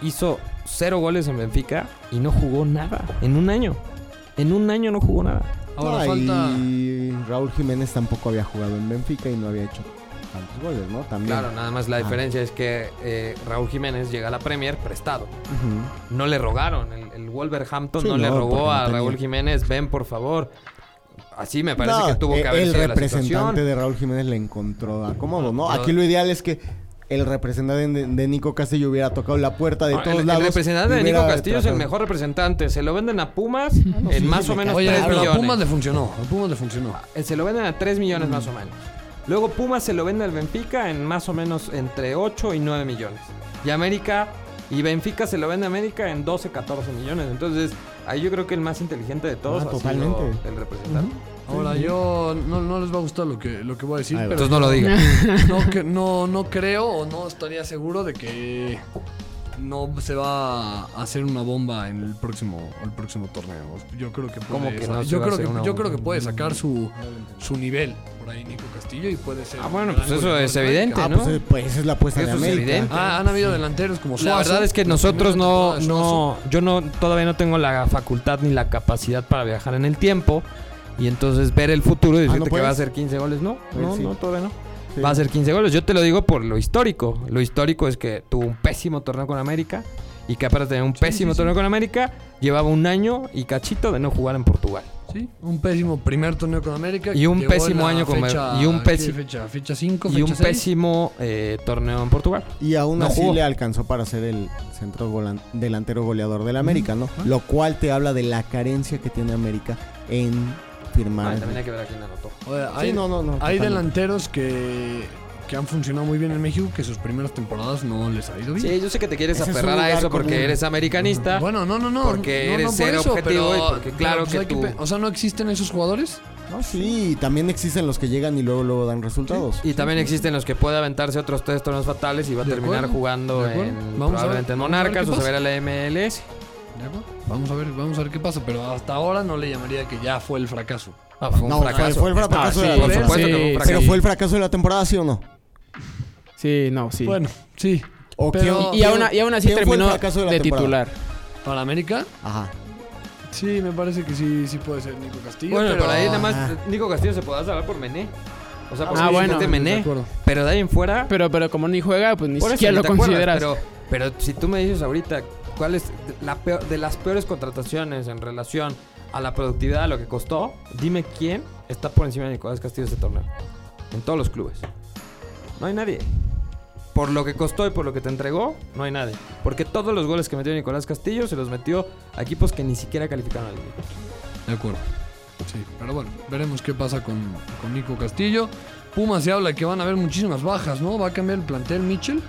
Speaker 4: hizo cero goles en Benfica y no jugó nada en un año. En un año no jugó nada.
Speaker 2: Ahora
Speaker 3: No,
Speaker 2: falta.
Speaker 3: Y Raúl Jiménez tampoco había jugado en Benfica y no había hecho tantos goles, ¿no? También.
Speaker 4: Claro, nada más la
Speaker 3: Ah.
Speaker 4: diferencia es que eh, Raúl Jiménez llega a la Premier prestado.
Speaker 3: Ujú.
Speaker 4: No le rogaron. El, el Wolverhampton
Speaker 3: Sí,
Speaker 4: no, le
Speaker 3: no, porque
Speaker 4: rogó
Speaker 3: no
Speaker 4: a
Speaker 3: tenía.
Speaker 4: Raúl Jiménez, ven por favor. Así me parece
Speaker 3: No,
Speaker 4: que tuvo que
Speaker 3: eh,
Speaker 4: haber
Speaker 3: El
Speaker 4: sido la
Speaker 3: representante
Speaker 4: situación.
Speaker 3: de Raúl Jiménez le encontró acomodo, ¿no?
Speaker 4: No.
Speaker 3: Aquí lo ideal es que el representante de, de Nico Castillo hubiera tocado la puerta de
Speaker 4: No,
Speaker 3: todos
Speaker 4: Ah, el, el
Speaker 3: lados.
Speaker 4: representante de
Speaker 3: hubiera
Speaker 4: Nico Castillo es el
Speaker 3: tratado- Ah,
Speaker 4: mejor representante. Se lo venden a Pumas
Speaker 3: no,
Speaker 4: en
Speaker 3: sí,
Speaker 4: más
Speaker 3: me
Speaker 4: o menos
Speaker 2: Oye,
Speaker 4: 3
Speaker 2: pero a
Speaker 4: millones.
Speaker 2: Pumas le funcionó. A Pumas le funcionó.
Speaker 4: Eh, se lo venden a 3 millones más
Speaker 3: Mm.
Speaker 4: o menos. Luego Pumas se lo vende al Benfica en más o menos entre 8 y 9 millones. Y América y Benfica se lo vende a América en 12, 14 millones. Entonces, ahí yo creo que el más inteligente de todos
Speaker 3: Ah,
Speaker 4: ha sido
Speaker 3: totalmente.
Speaker 4: el representante.
Speaker 2: Ahora yo no, no les va a gustar lo que, lo que voy a decir,
Speaker 3: Ahí va.
Speaker 2: pero
Speaker 4: no lo diga.
Speaker 2: no, que- no, no creo o no estaría seguro de que no se va a hacer una bomba en el próximo, el próximo torneo. Yo creo que
Speaker 4: ¿Cómo
Speaker 2: puede,
Speaker 4: que
Speaker 2: sa-
Speaker 4: no se
Speaker 2: yo
Speaker 4: va a
Speaker 2: creo
Speaker 4: hacer
Speaker 2: que,
Speaker 4: una
Speaker 2: yo
Speaker 4: bomba?
Speaker 2: creo que puede sacar su, su nivel por ahí Nico Castillo y puede ser.
Speaker 4: Ah, bueno,
Speaker 2: un
Speaker 4: pues
Speaker 2: gran
Speaker 4: eso
Speaker 2: goleador
Speaker 4: es
Speaker 2: de América.
Speaker 4: evidente,
Speaker 3: Ah,
Speaker 4: ¿no?
Speaker 3: pues, eh, pues esa es la apuesta
Speaker 4: Eso
Speaker 3: de
Speaker 4: es
Speaker 3: América.
Speaker 4: evidente.
Speaker 2: Ah, han habido delanteros como
Speaker 4: La
Speaker 2: Suazo.
Speaker 4: verdad es que
Speaker 2: La primera
Speaker 4: nosotros no,
Speaker 2: temporada de
Speaker 4: no,
Speaker 2: Suazo.
Speaker 4: yo no, todavía no tengo la facultad ni la capacidad para viajar en el tiempo. Y entonces ver el futuro y
Speaker 3: Ah, ¿no
Speaker 4: decirte que
Speaker 3: puedes?
Speaker 4: va a ser 15 goles. No,
Speaker 3: Él
Speaker 4: no,
Speaker 3: sí.
Speaker 4: no, todavía no.
Speaker 3: Sí.
Speaker 4: Va a ser 15 goles. Yo te lo digo por lo histórico. Lo histórico es que tuvo un pésimo torneo con América. Y que aparte de tener un pésimo torneo con América, llevaba un año y cachito de no jugar en Portugal.
Speaker 2: Sí, un pésimo primer torneo con América.
Speaker 4: Y un
Speaker 2: Llegó
Speaker 4: pésimo
Speaker 2: la
Speaker 4: año con-
Speaker 2: fecha-
Speaker 4: y un
Speaker 2: ¿qué
Speaker 4: pési-
Speaker 2: Fecha 5, fecha cinco,
Speaker 4: Y un
Speaker 2: fecha seis?
Speaker 4: pésimo eh, torneo en Portugal.
Speaker 3: Y aún
Speaker 4: No
Speaker 3: así
Speaker 4: jugó.
Speaker 3: le alcanzó para ser el centro volan- delantero goleador del América, ¿no? Lo cual te habla de la carencia que tiene América en
Speaker 4: Ah,
Speaker 3: firmar.
Speaker 4: y también hay que ver a quién anotó.
Speaker 2: Oye,
Speaker 3: Sí,
Speaker 2: hay,
Speaker 3: no, no, no.
Speaker 2: hay
Speaker 3: totalmente.
Speaker 2: delanteros que, que han funcionado muy bien en México que sus primeras temporadas no les ha ido bien.
Speaker 4: Sí, yo sé que te quieres
Speaker 3: Ese es un
Speaker 4: aferrar a
Speaker 3: lugar
Speaker 4: eso porque
Speaker 3: común.
Speaker 4: eres americanista.
Speaker 2: Bueno, no, no, no.
Speaker 4: Porque
Speaker 2: no, no
Speaker 4: eres
Speaker 2: por
Speaker 4: ser
Speaker 2: eso,
Speaker 4: objetivo
Speaker 2: pero-
Speaker 4: y porque claro
Speaker 2: pero,
Speaker 4: que
Speaker 2: hay
Speaker 4: tú-
Speaker 2: pe- O sea, ¿no existen esos jugadores?
Speaker 3: No, sí, y también existen los que llegan y luego luego dan resultados.
Speaker 4: Y también existen los que puede aventarse otros tres torneos fatales y va a
Speaker 2: De
Speaker 4: terminar
Speaker 2: acuerdo,
Speaker 4: jugando
Speaker 2: de acuerdo.
Speaker 4: en,
Speaker 2: Vamos a ver,
Speaker 4: probablemente en
Speaker 2: vamos a ver
Speaker 4: Monarcas
Speaker 2: qué
Speaker 4: o se
Speaker 2: pasa.
Speaker 4: verá la MLS.
Speaker 2: De acuerdo. Vamos a ver, vamos a ver qué pasa. Pero hasta ahora no le llamaría que ya fue el fracaso.
Speaker 4: Ah, fue un
Speaker 3: No, fue-
Speaker 4: fracaso.
Speaker 3: fue el fracaso
Speaker 4: Ah, sí,
Speaker 3: de la
Speaker 4: por
Speaker 5: temporada.
Speaker 4: supuesto que fue un
Speaker 5: Sí,
Speaker 4: fracaso.
Speaker 3: Pero fue el fracaso de la temporada, ¿sí o no?
Speaker 5: Sí, no, sí.
Speaker 2: Bueno, sí.
Speaker 3: ¿O
Speaker 2: Pero-
Speaker 3: quién-
Speaker 5: y, y aún, y aún así
Speaker 3: quién fue el
Speaker 5: terminó
Speaker 3: fracaso
Speaker 5: de,
Speaker 3: la temporada?
Speaker 5: titular.
Speaker 2: Para América,
Speaker 3: Ajá.
Speaker 2: sí, me parece que sí, sí puede ser Nico Castillo.
Speaker 4: Bueno,
Speaker 2: pero
Speaker 4: por ahí nada
Speaker 3: Ah.
Speaker 4: más eh, Nico Castillo se podrá salvar por Mené. O sea, por
Speaker 5: Ah,
Speaker 4: si
Speaker 5: bueno.
Speaker 4: dijiste Mené.
Speaker 2: De acuerdo.
Speaker 4: Pero de ahí en fuera.
Speaker 5: Pero, pero como ni juega, pues ni
Speaker 4: por eso
Speaker 5: siquiera
Speaker 4: ni
Speaker 5: lo
Speaker 4: te acuerdas,
Speaker 5: consideras.
Speaker 4: pero, pero si tú me dices ahorita cuál es la peor, de las peores contrataciones en relación a la productividad, a lo que costó, dime quién está por encima de Nicolás Castillo este torneo. En todos los clubes. No hay nadie. Por lo que costó y por lo que te entregó, no hay nadie. Porque todos los goles que metió Nicolás Castillo se los metió a equipos que ni siquiera calificaron al Liga.
Speaker 2: De acuerdo. Sí, pero bueno, veremos qué pasa con, con Nico Castillo. Puma se habla que van a haber muchísimas bajas, ¿no? ¿Va a cambiar el plantel Mitchell?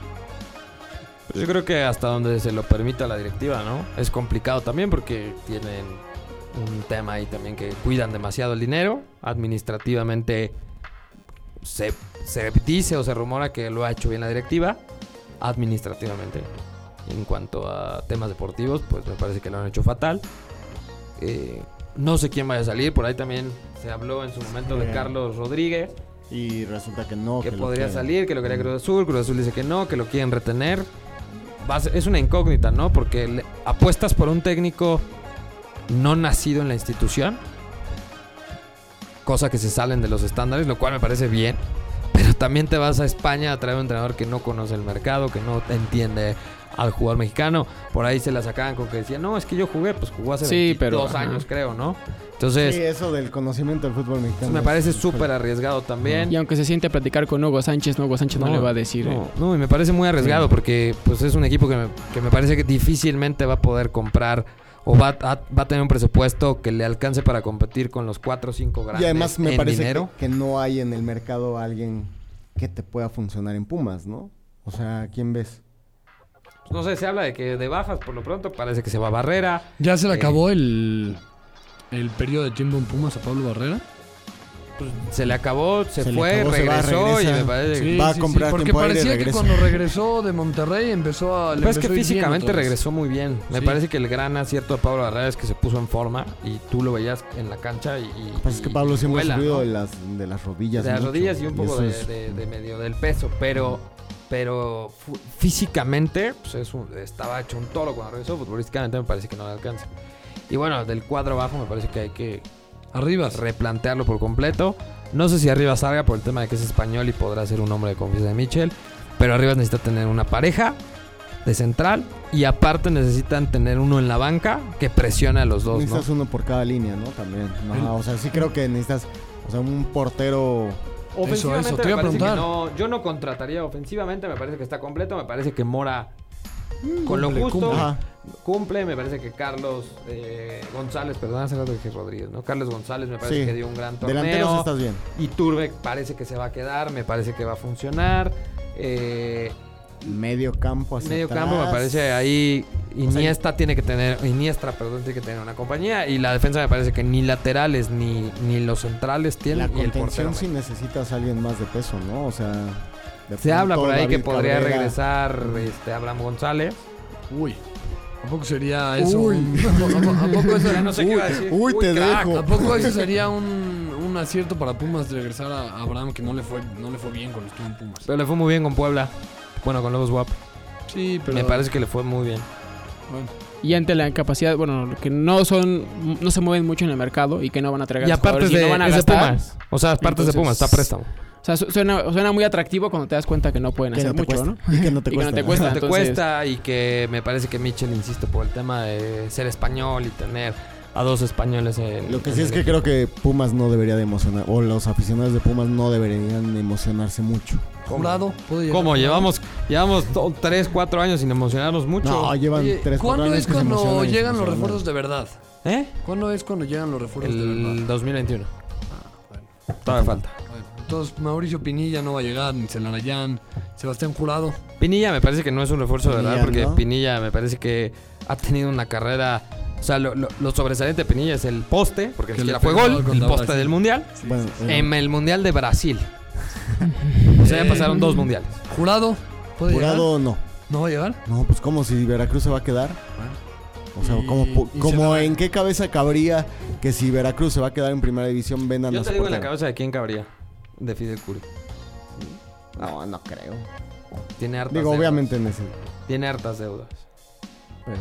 Speaker 4: Pues yo creo que hasta donde se lo permita la directiva, ¿no? Es complicado también porque tienen un tema ahí también que cuidan demasiado el dinero. Administrativamente se, se dice o se rumora que lo ha hecho bien la directiva. Administrativamente. En cuanto a temas deportivos, pues me parece que lo han hecho fatal. Eh, no sé quién vaya a salir. Por ahí también se habló en su momento de
Speaker 3: Sí.
Speaker 4: Carlos Rodríguez
Speaker 3: Y resulta que no.
Speaker 4: que
Speaker 3: lo
Speaker 4: podría
Speaker 3: quieren. Mm.
Speaker 4: salir, que lo quería Cruz Azul, Cruz Azul dice que no, que lo quieren retener. Va a ser- es una incógnita, ¿no? Porque le- apuestas por un técnico no nacido en la institución, cosa que se salen de los estándares, lo cual me parece bien. Pero también te vas a España a traer un entrenador que no conoce el mercado, que no entiende al jugador mexicano. Por ahí se la sacaban con que decían, no, es que yo jugué, pues jugó hace
Speaker 5: Sí, pero,
Speaker 4: 22
Speaker 5: ajá.
Speaker 4: años, creo, ¿no? Entonces, pues,
Speaker 3: Sí, eso del conocimiento del fútbol mexicano.
Speaker 4: me parece súper arriesgado también.
Speaker 5: Y aunque se siente a platicar con Hugo Sánchez, no, Hugo Sánchez no, le va a decir. eh,
Speaker 4: No, no, y me parece muy arriesgado porque pues es un equipo que me, que me parece que difícilmente va a poder comprar o va a, va a tener un presupuesto que le alcance para competir con los 4 o 5 grandes
Speaker 3: Y además me
Speaker 4: en
Speaker 3: parece que-
Speaker 4: dinero.
Speaker 3: Que, no hay en el mercado alguien que te pueda funcionar en Pumas, ¿no? O sea, ¿quién ves?
Speaker 4: Pues, No sé, se habla de que de Bafas por lo pronto parece que se va a Barrera.
Speaker 2: ¿Ya se le
Speaker 4: Eh.
Speaker 2: acabó el, el periodo de tiempo en Pumas a Pablo Barrera?
Speaker 4: Se le acabó, se,
Speaker 3: Se le
Speaker 4: fue,
Speaker 3: acabó, se va,
Speaker 4: regresó y
Speaker 3: regresa.
Speaker 4: me parece que...
Speaker 3: Va a comprar
Speaker 2: porque
Speaker 3: tiempo aire y
Speaker 2: parecía que
Speaker 3: regresa.
Speaker 2: cuando regresó de Monterrey empezó a... le
Speaker 4: Pues es
Speaker 2: empezó a
Speaker 4: que
Speaker 2: ir bien
Speaker 4: físicamente
Speaker 2: otra vez.
Speaker 4: regresó muy bien. Me
Speaker 2: Sí.
Speaker 4: parece que el gran acierto de Pablo Barrera es que se puso en forma y tú lo veías en la cancha y... y-
Speaker 3: Pues es que
Speaker 4: y-
Speaker 3: Pablo
Speaker 4: y
Speaker 3: siempre
Speaker 4: vuela,
Speaker 3: ha subido
Speaker 4: ¿no?
Speaker 3: de, las, de las rodillas.
Speaker 4: de las
Speaker 3: mucho,
Speaker 4: rodillas y un poco
Speaker 3: eso
Speaker 4: de,
Speaker 3: es-
Speaker 4: de- de medio del peso, pero pero fu- físicamente pues es un- estaba hecho un toro cuando regresó, futbolísticamente me parece que no le alcanza. Y bueno, del cuadro abajo me parece que hay que
Speaker 2: Arribas.
Speaker 4: replantearlo por completo. No sé si arriba salga por el tema de que es español y podrá ser un hombre de confianza de Mitchell, pero arriba necesita tener una pareja de central y aparte necesitan tener uno en la banca que presione a los dos, ¿no?
Speaker 3: Necesitas uno por cada línea, ¿no? También. Ajá,
Speaker 2: El-
Speaker 3: o sea, sí creo que necesitas o sea, un portero.
Speaker 4: Ofensivamente
Speaker 2: eso, te
Speaker 4: me
Speaker 2: iba a
Speaker 4: parece que
Speaker 2: preguntar.
Speaker 4: no- yo no contrataría ofensivamente, me parece que está completo, me parece que Mora con lo
Speaker 2: Mm, cumple,
Speaker 4: justo
Speaker 2: cumple.
Speaker 4: cumple.
Speaker 3: Ajá.
Speaker 4: me parece que Carlos eh, González, perdón, hace rato dije Rodríguez, ¿no? Carlos González me parece
Speaker 3: Sí.
Speaker 4: que dio un gran torneo.
Speaker 3: Delanteros estás bien.
Speaker 4: Y Turbe parece que se va a quedar, me parece que va a funcionar. Eh,
Speaker 3: Medio campo hacia
Speaker 4: medio
Speaker 3: atrás.
Speaker 4: campo me parece ahí
Speaker 3: O sea,
Speaker 4: Iniesta tiene que tener Iniesta, perdón, tiene que tener una compañía y la defensa me parece que ni laterales ni, ni los centrales
Speaker 3: La
Speaker 4: tienen y el portero.
Speaker 3: contención si necesitas a alguien más de peso, ¿no? O sea. de
Speaker 4: Se habla
Speaker 3: pronto
Speaker 4: por ahí que
Speaker 3: David
Speaker 4: podría
Speaker 3: Cabrera-
Speaker 4: regresar este Abraham González.
Speaker 2: Uy. ¿Tampoco sería eso?
Speaker 3: Uy.
Speaker 2: un- ¿A poco- a poco eso-
Speaker 3: Uy, te dejo.
Speaker 2: ¿A poco eso sería un, un acierto para Pumas de regresar a Abraham que no le fue, no le fue bien cuando estuvo en Pumas?
Speaker 4: Pero le fue muy bien con Puebla. Bueno, con Lobos WAP.
Speaker 2: Sí, pero...
Speaker 4: Me parece que le fue muy bien.
Speaker 2: bueno.
Speaker 5: Y ante la incapacidad, bueno, que no son, no se mueven mucho en el mercado y que no van a traer a
Speaker 4: Y
Speaker 5: los
Speaker 4: aparte
Speaker 5: jugadores
Speaker 4: de,
Speaker 5: no van a
Speaker 4: es de
Speaker 5: gastar.
Speaker 4: Pumas. O sea, aparte es de
Speaker 5: Entonces,
Speaker 4: Pumas, está a préstamo.
Speaker 5: O sea, su- suena, suena muy atractivo cuando te das cuenta que no pueden
Speaker 3: Que no
Speaker 5: hacer
Speaker 3: te
Speaker 5: mucho,
Speaker 3: cuesta.
Speaker 5: ¿no?
Speaker 3: Y que no te
Speaker 5: Y que no
Speaker 3: cuesta.
Speaker 5: te cuesta.
Speaker 4: te
Speaker 5: entonces-
Speaker 4: cuesta y que me parece que Mitchell, insisto, por el tema de ser español y tener a dos españoles en.
Speaker 3: Lo que
Speaker 4: en
Speaker 3: sí
Speaker 4: el
Speaker 3: es que creo que Pumas no debería de emocionar, o los aficionados de Pumas no deberían de emocionarse mucho.
Speaker 2: ¿Jurado? ¿Puedo llegar?
Speaker 4: ¿Cómo? Llevamos, llevamos 3, 4 años sin emocionarnos mucho.
Speaker 3: No, llevan
Speaker 2: Oye,
Speaker 3: tres
Speaker 2: ¿Cuándo
Speaker 3: cuatro años
Speaker 2: es
Speaker 3: que se
Speaker 2: cuando
Speaker 3: emocionan y se
Speaker 2: llegan los
Speaker 3: emocionan.
Speaker 2: refuerzos de verdad?
Speaker 4: ¿Eh?
Speaker 2: ¿Cuándo es cuando llegan los refuerzos de verdad?
Speaker 4: El 2021.
Speaker 3: Ah,
Speaker 2: bueno.
Speaker 4: Todavía falta.
Speaker 2: Bueno, entonces Mauricio Pinilla no va a llegar, ni Celarayán, Sebastián Jurado.
Speaker 4: Pinilla me parece que no es un refuerzo de verdad,
Speaker 3: Pinilla,
Speaker 4: porque
Speaker 3: ¿no?
Speaker 4: Pinilla me parece que ha tenido una carrera. O sea, lo, lo- lo sobresaliente de Pinilla es el poste, porque ni
Speaker 2: Que le
Speaker 4: siquiera fue
Speaker 2: pegó
Speaker 4: gol, el
Speaker 2: contra
Speaker 4: poste
Speaker 2: Brasil.
Speaker 4: del mundial.
Speaker 3: Bueno, eh,
Speaker 4: En el mundial de Brasil. o sea, ya pasaron dos mundiales.
Speaker 2: ¿Jurado? ¿Puede llegar?
Speaker 3: jurado no.
Speaker 2: ¿No va a llegar?
Speaker 3: No, pues como si Veracruz se va a quedar. O sea,
Speaker 2: Y-
Speaker 3: como,
Speaker 2: y se la
Speaker 3: como
Speaker 2: va-
Speaker 3: en qué cabeza cabría que si Veracruz se va a quedar en primera división vendan
Speaker 4: Yo
Speaker 3: a
Speaker 4: te
Speaker 3: su
Speaker 4: digo en la
Speaker 3: portero?
Speaker 4: cabeza de quién cabría. De Fidel Curi.
Speaker 3: No, no creo.
Speaker 4: Tiene hartas
Speaker 3: Digo,
Speaker 4: deudas.
Speaker 3: obviamente en ese.
Speaker 4: Tiene hartas deudas.
Speaker 3: Pero,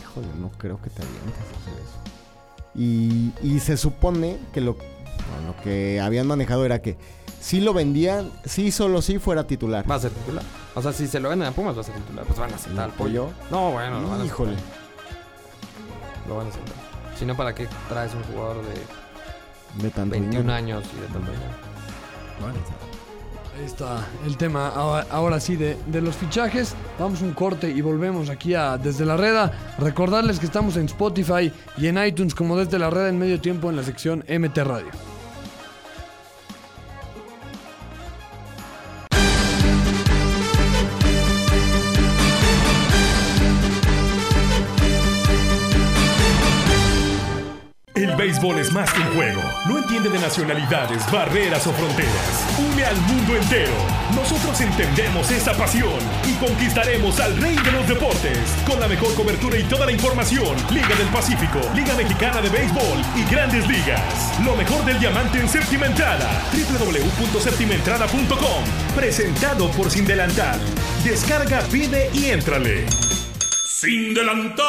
Speaker 3: híjole, no creo que te avientes a hacer eso. Y, y se supone que lo, bueno, lo que habían manejado era que si lo vendían, sí, solo sí fuera titular.
Speaker 4: Va a ser titular. O sea, si se lo venden a Pumas, va a ser titular. Pues van a sentar al
Speaker 3: ¿Y
Speaker 4: pollo.
Speaker 3: Pollo?
Speaker 4: No, bueno, lo van a
Speaker 3: Híjole.
Speaker 4: sentar. Lo van a sentar. Si no, ¿para qué traes un jugador de
Speaker 3: De tanto
Speaker 4: 21
Speaker 3: dinero.
Speaker 4: años y de tanto dinero?
Speaker 2: Ahí está el tema. Ahora, ahora sí, de, de los fichajes. Vamos un corte y volvemos aquí a Desde la Reda. Recordarles que estamos en Spotify y en iTunes como Desde la Reda en medio tiempo en la sección MT Radio.
Speaker 6: El béisbol es más que un juego. No entiende de nacionalidades, barreras o fronteras. Une al mundo entero. Nosotros entendemos esa pasión y conquistaremos al rey de los deportes. Con la mejor cobertura y toda la información. Liga del Pacífico, Liga Mexicana de Béisbol y Grandes Ligas. Lo mejor del diamante en séptima entrada. www.septimaentrada.com. Presentado por Sin Delantal. Descarga, pide y éntrale. Sin Delantal.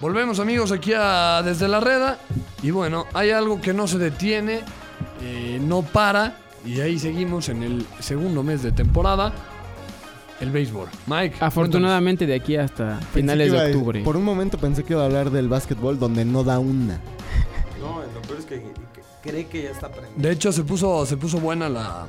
Speaker 2: Volvemos amigos aquí a Desde la Reda y bueno, hay algo que no se detiene, eh, no para y ahí seguimos en el segundo mes de temporada, el béisbol. Mike.
Speaker 5: Afortunadamente de aquí hasta finales de octubre.
Speaker 3: Por un momento pensé que iba a hablar del básquetbol donde no da una.
Speaker 4: No, lo peor es que, cree que ya está prendido.
Speaker 2: De hecho, se puso, se puso buena la,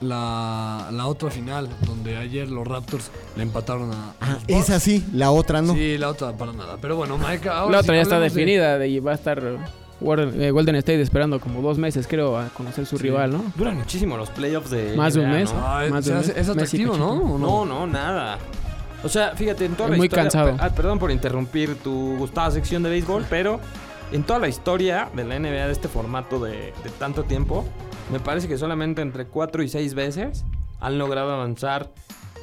Speaker 2: la, la otra final, donde ayer los Raptors le empataron a...
Speaker 5: Ah,
Speaker 4: Ah,
Speaker 2: a los Bucks.
Speaker 3: Es así, la otra no.
Speaker 2: Sí, la otra para nada. Pero bueno, Mike, ahora
Speaker 5: La
Speaker 2: sí
Speaker 5: otra ya está
Speaker 2: hablemos de-
Speaker 5: definida de- y va a estar eh, Warren- eh, Golden State esperando como dos meses, creo, a conocer su rival, ¿no?
Speaker 4: Duran muchísimo los playoffs de.
Speaker 5: Más de un
Speaker 4: NBA,
Speaker 5: mes.
Speaker 4: ¿no?
Speaker 2: Ah,
Speaker 5: Más
Speaker 2: se
Speaker 5: de un
Speaker 2: hace-
Speaker 5: mes.
Speaker 2: es
Speaker 5: Messi
Speaker 2: atractivo, ¿no?
Speaker 5: cachito.
Speaker 2: ¿O
Speaker 4: No, no, nada. O sea, fíjate, en toda la
Speaker 5: Muy
Speaker 4: historia.
Speaker 5: cansado.
Speaker 4: Ah, perdón por interrumpir tu gustada sección de béisbol, pero en toda la historia de la NBA de este formato de, de tanto tiempo, me parece que solamente entre 4 y 6 veces han logrado avanzar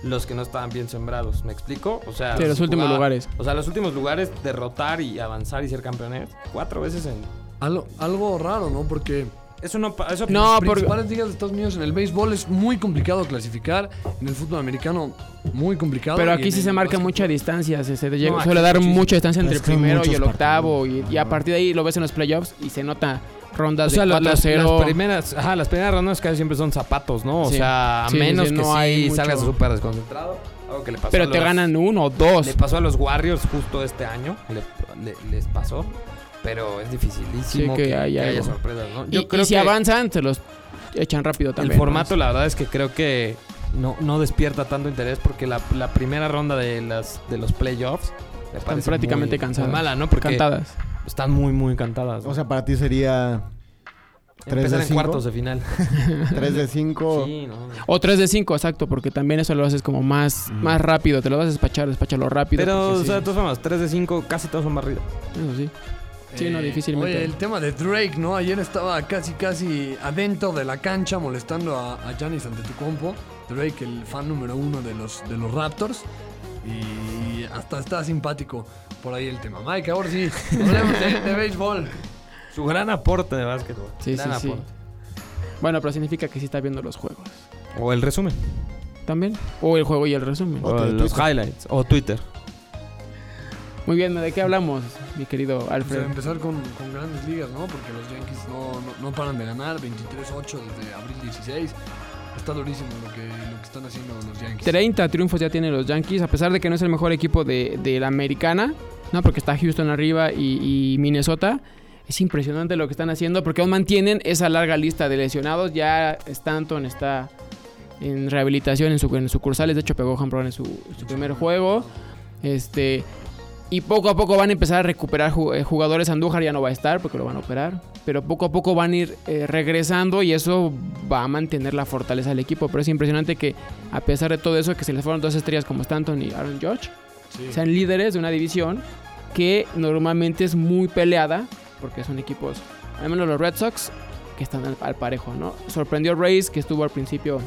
Speaker 4: los que no estaban bien sembrados. ¿Me explico? O sea,
Speaker 5: Sí, los
Speaker 4: se
Speaker 5: últimos lugares.
Speaker 4: O sea, los últimos lugares, derrotar y avanzar y ser campeones. Cuatro veces en.
Speaker 2: Algo, algo raro, ¿no? Porque...
Speaker 4: Eso no. pa- Eso
Speaker 5: No,
Speaker 2: Las
Speaker 5: por-
Speaker 2: principales ligas de Estados Unidos en el béisbol es muy complicado clasificar. En el fútbol americano, muy complicado.
Speaker 5: Pero
Speaker 2: y
Speaker 5: aquí
Speaker 2: en
Speaker 5: sí
Speaker 2: el
Speaker 5: se marca
Speaker 2: básquetbol-
Speaker 5: mucha distancia, se, se llega-
Speaker 4: aquí
Speaker 5: suele dar
Speaker 4: muchísimo. Ah.
Speaker 5: mucha distancia entre
Speaker 3: Es
Speaker 5: el
Speaker 3: que hay
Speaker 5: primero y
Speaker 3: muchos
Speaker 5: el octavo, y,
Speaker 3: partidos.
Speaker 5: y a partir de ahí lo ves en los playoffs y se nota rondas
Speaker 4: O sea,
Speaker 5: de
Speaker 4: la- las, las
Speaker 5: 4-0.
Speaker 4: primeras, ajá, las primeras rondas casi siempre son zapatos, ¿no? O
Speaker 5: Sí.
Speaker 4: sea, a
Speaker 5: Sí,
Speaker 4: menos
Speaker 5: sí,
Speaker 4: que
Speaker 5: no
Speaker 4: sí
Speaker 5: hay mucho-
Speaker 4: salgas súper desconcentrado. Algo que le pasó a
Speaker 5: Pero te
Speaker 4: los-
Speaker 5: ganan uno o dos.
Speaker 4: Le pasó a los Warriors justo este año. le- le- les pasó. Pero es dificilísimo
Speaker 5: Sí, que
Speaker 4: que,
Speaker 5: hay
Speaker 4: que haya
Speaker 5: algo.
Speaker 4: sorpresas, ¿no?
Speaker 5: Y, y si avanzan, se los echan rápido también.
Speaker 4: el formato,
Speaker 5: ¿no?
Speaker 4: la verdad, es que creo que no, no despierta tanto interés porque la, la primera ronda de, las, de los playoffs me
Speaker 5: Están
Speaker 4: parece
Speaker 5: prácticamente
Speaker 4: muy- muy
Speaker 5: cansadas.
Speaker 4: mala, ¿no? Porque
Speaker 5: Cantadas.
Speaker 4: están muy, muy cantadas. ¿no?
Speaker 3: O sea, para ti sería tres
Speaker 4: empezar
Speaker 3: de
Speaker 4: en
Speaker 3: cinco.
Speaker 4: cuartos de final.
Speaker 3: 3 de 5.
Speaker 4: Sí, no, no.
Speaker 5: O 3 de 5, exacto, porque también eso lo haces como más, más rápido. Te lo vas a despachar, despachalo rápido.
Speaker 4: Mm. Pero,
Speaker 5: porque
Speaker 4: o
Speaker 5: sí,
Speaker 4: sea, de todas formas, 3 de 5 casi todos son barridas.
Speaker 5: Eso sí. Sí, no,
Speaker 2: Eh,
Speaker 5: difícilmente.
Speaker 2: Oye, el tema de Drake, ¿no? Ayer estaba casi, casi adentro de la cancha molestando a, a Giannis ante tu compo. Drake, el fan número uno de los, de los Raptors. Y hasta está simpático por ahí el tema. Mike, ahora sí, hablemos de, de béisbol.
Speaker 4: Su gran aporte de básquetbol.
Speaker 5: Sí,
Speaker 4: Gran
Speaker 5: sí, sí.
Speaker 4: aporte.
Speaker 5: Bueno, pero significa que sí está viendo los juegos.
Speaker 4: O el resumen.
Speaker 5: También. O el juego y el resumen.
Speaker 4: O los highlights. O Twitter.
Speaker 5: Muy bien, ¿de qué hablamos, mi querido
Speaker 2: Pues,
Speaker 5: Alfred?
Speaker 2: a empezar con, con grandes ligas, ¿no? Porque los Yankees no, no, no paran de ganar. 23-8 desde abril 16. Está durísimo lo que, lo que están haciendo los Yankees.
Speaker 5: 30 triunfos ya tienen los Yankees, a pesar de que no es el mejor equipo de, de la americana, ¿no? Porque está Houston arriba y, y Minnesota. Es impresionante lo que están haciendo porque aún mantienen esa larga lista de lesionados. Ya Stanton está en rehabilitación en, su, en sucursales. De hecho, pegó home run en su, su primer juego. Este. Y poco a poco van a empezar a recuperar ju- eh, jugadores. Andújar ya no va a estar porque lo van a operar. Pero poco a poco van a ir eh, regresando y eso va a mantener la fortaleza del equipo. Pero es impresionante que a pesar de todo eso, que se les fueron dos estrellas como Stanton y Aaron George,
Speaker 2: Sí.
Speaker 5: sean líderes de una división que normalmente es muy peleada, porque son equipos, al menos los Red Sox, que están al, al parejo, ¿no? Sorprendió Reyes, que estuvo al principio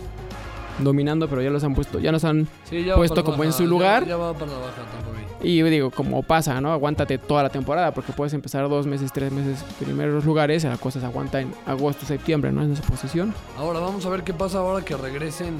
Speaker 5: dominando, pero ya los han puesto, ya nos han...
Speaker 2: Sí, ya
Speaker 5: puesto
Speaker 2: para la
Speaker 5: como en
Speaker 2: baja,
Speaker 5: su
Speaker 2: ya-
Speaker 5: lugar.
Speaker 2: Ya, va para la baja Tampa Bay.
Speaker 5: Y yo digo, como pasa, ¿no? Aguántate toda la temporada, porque puedes empezar dos meses, tres meses, primeros lugares, la cosa se aguanta en agosto, septiembre, ¿no? En esa posición.
Speaker 2: Ahora vamos a ver qué pasa ahora que regresen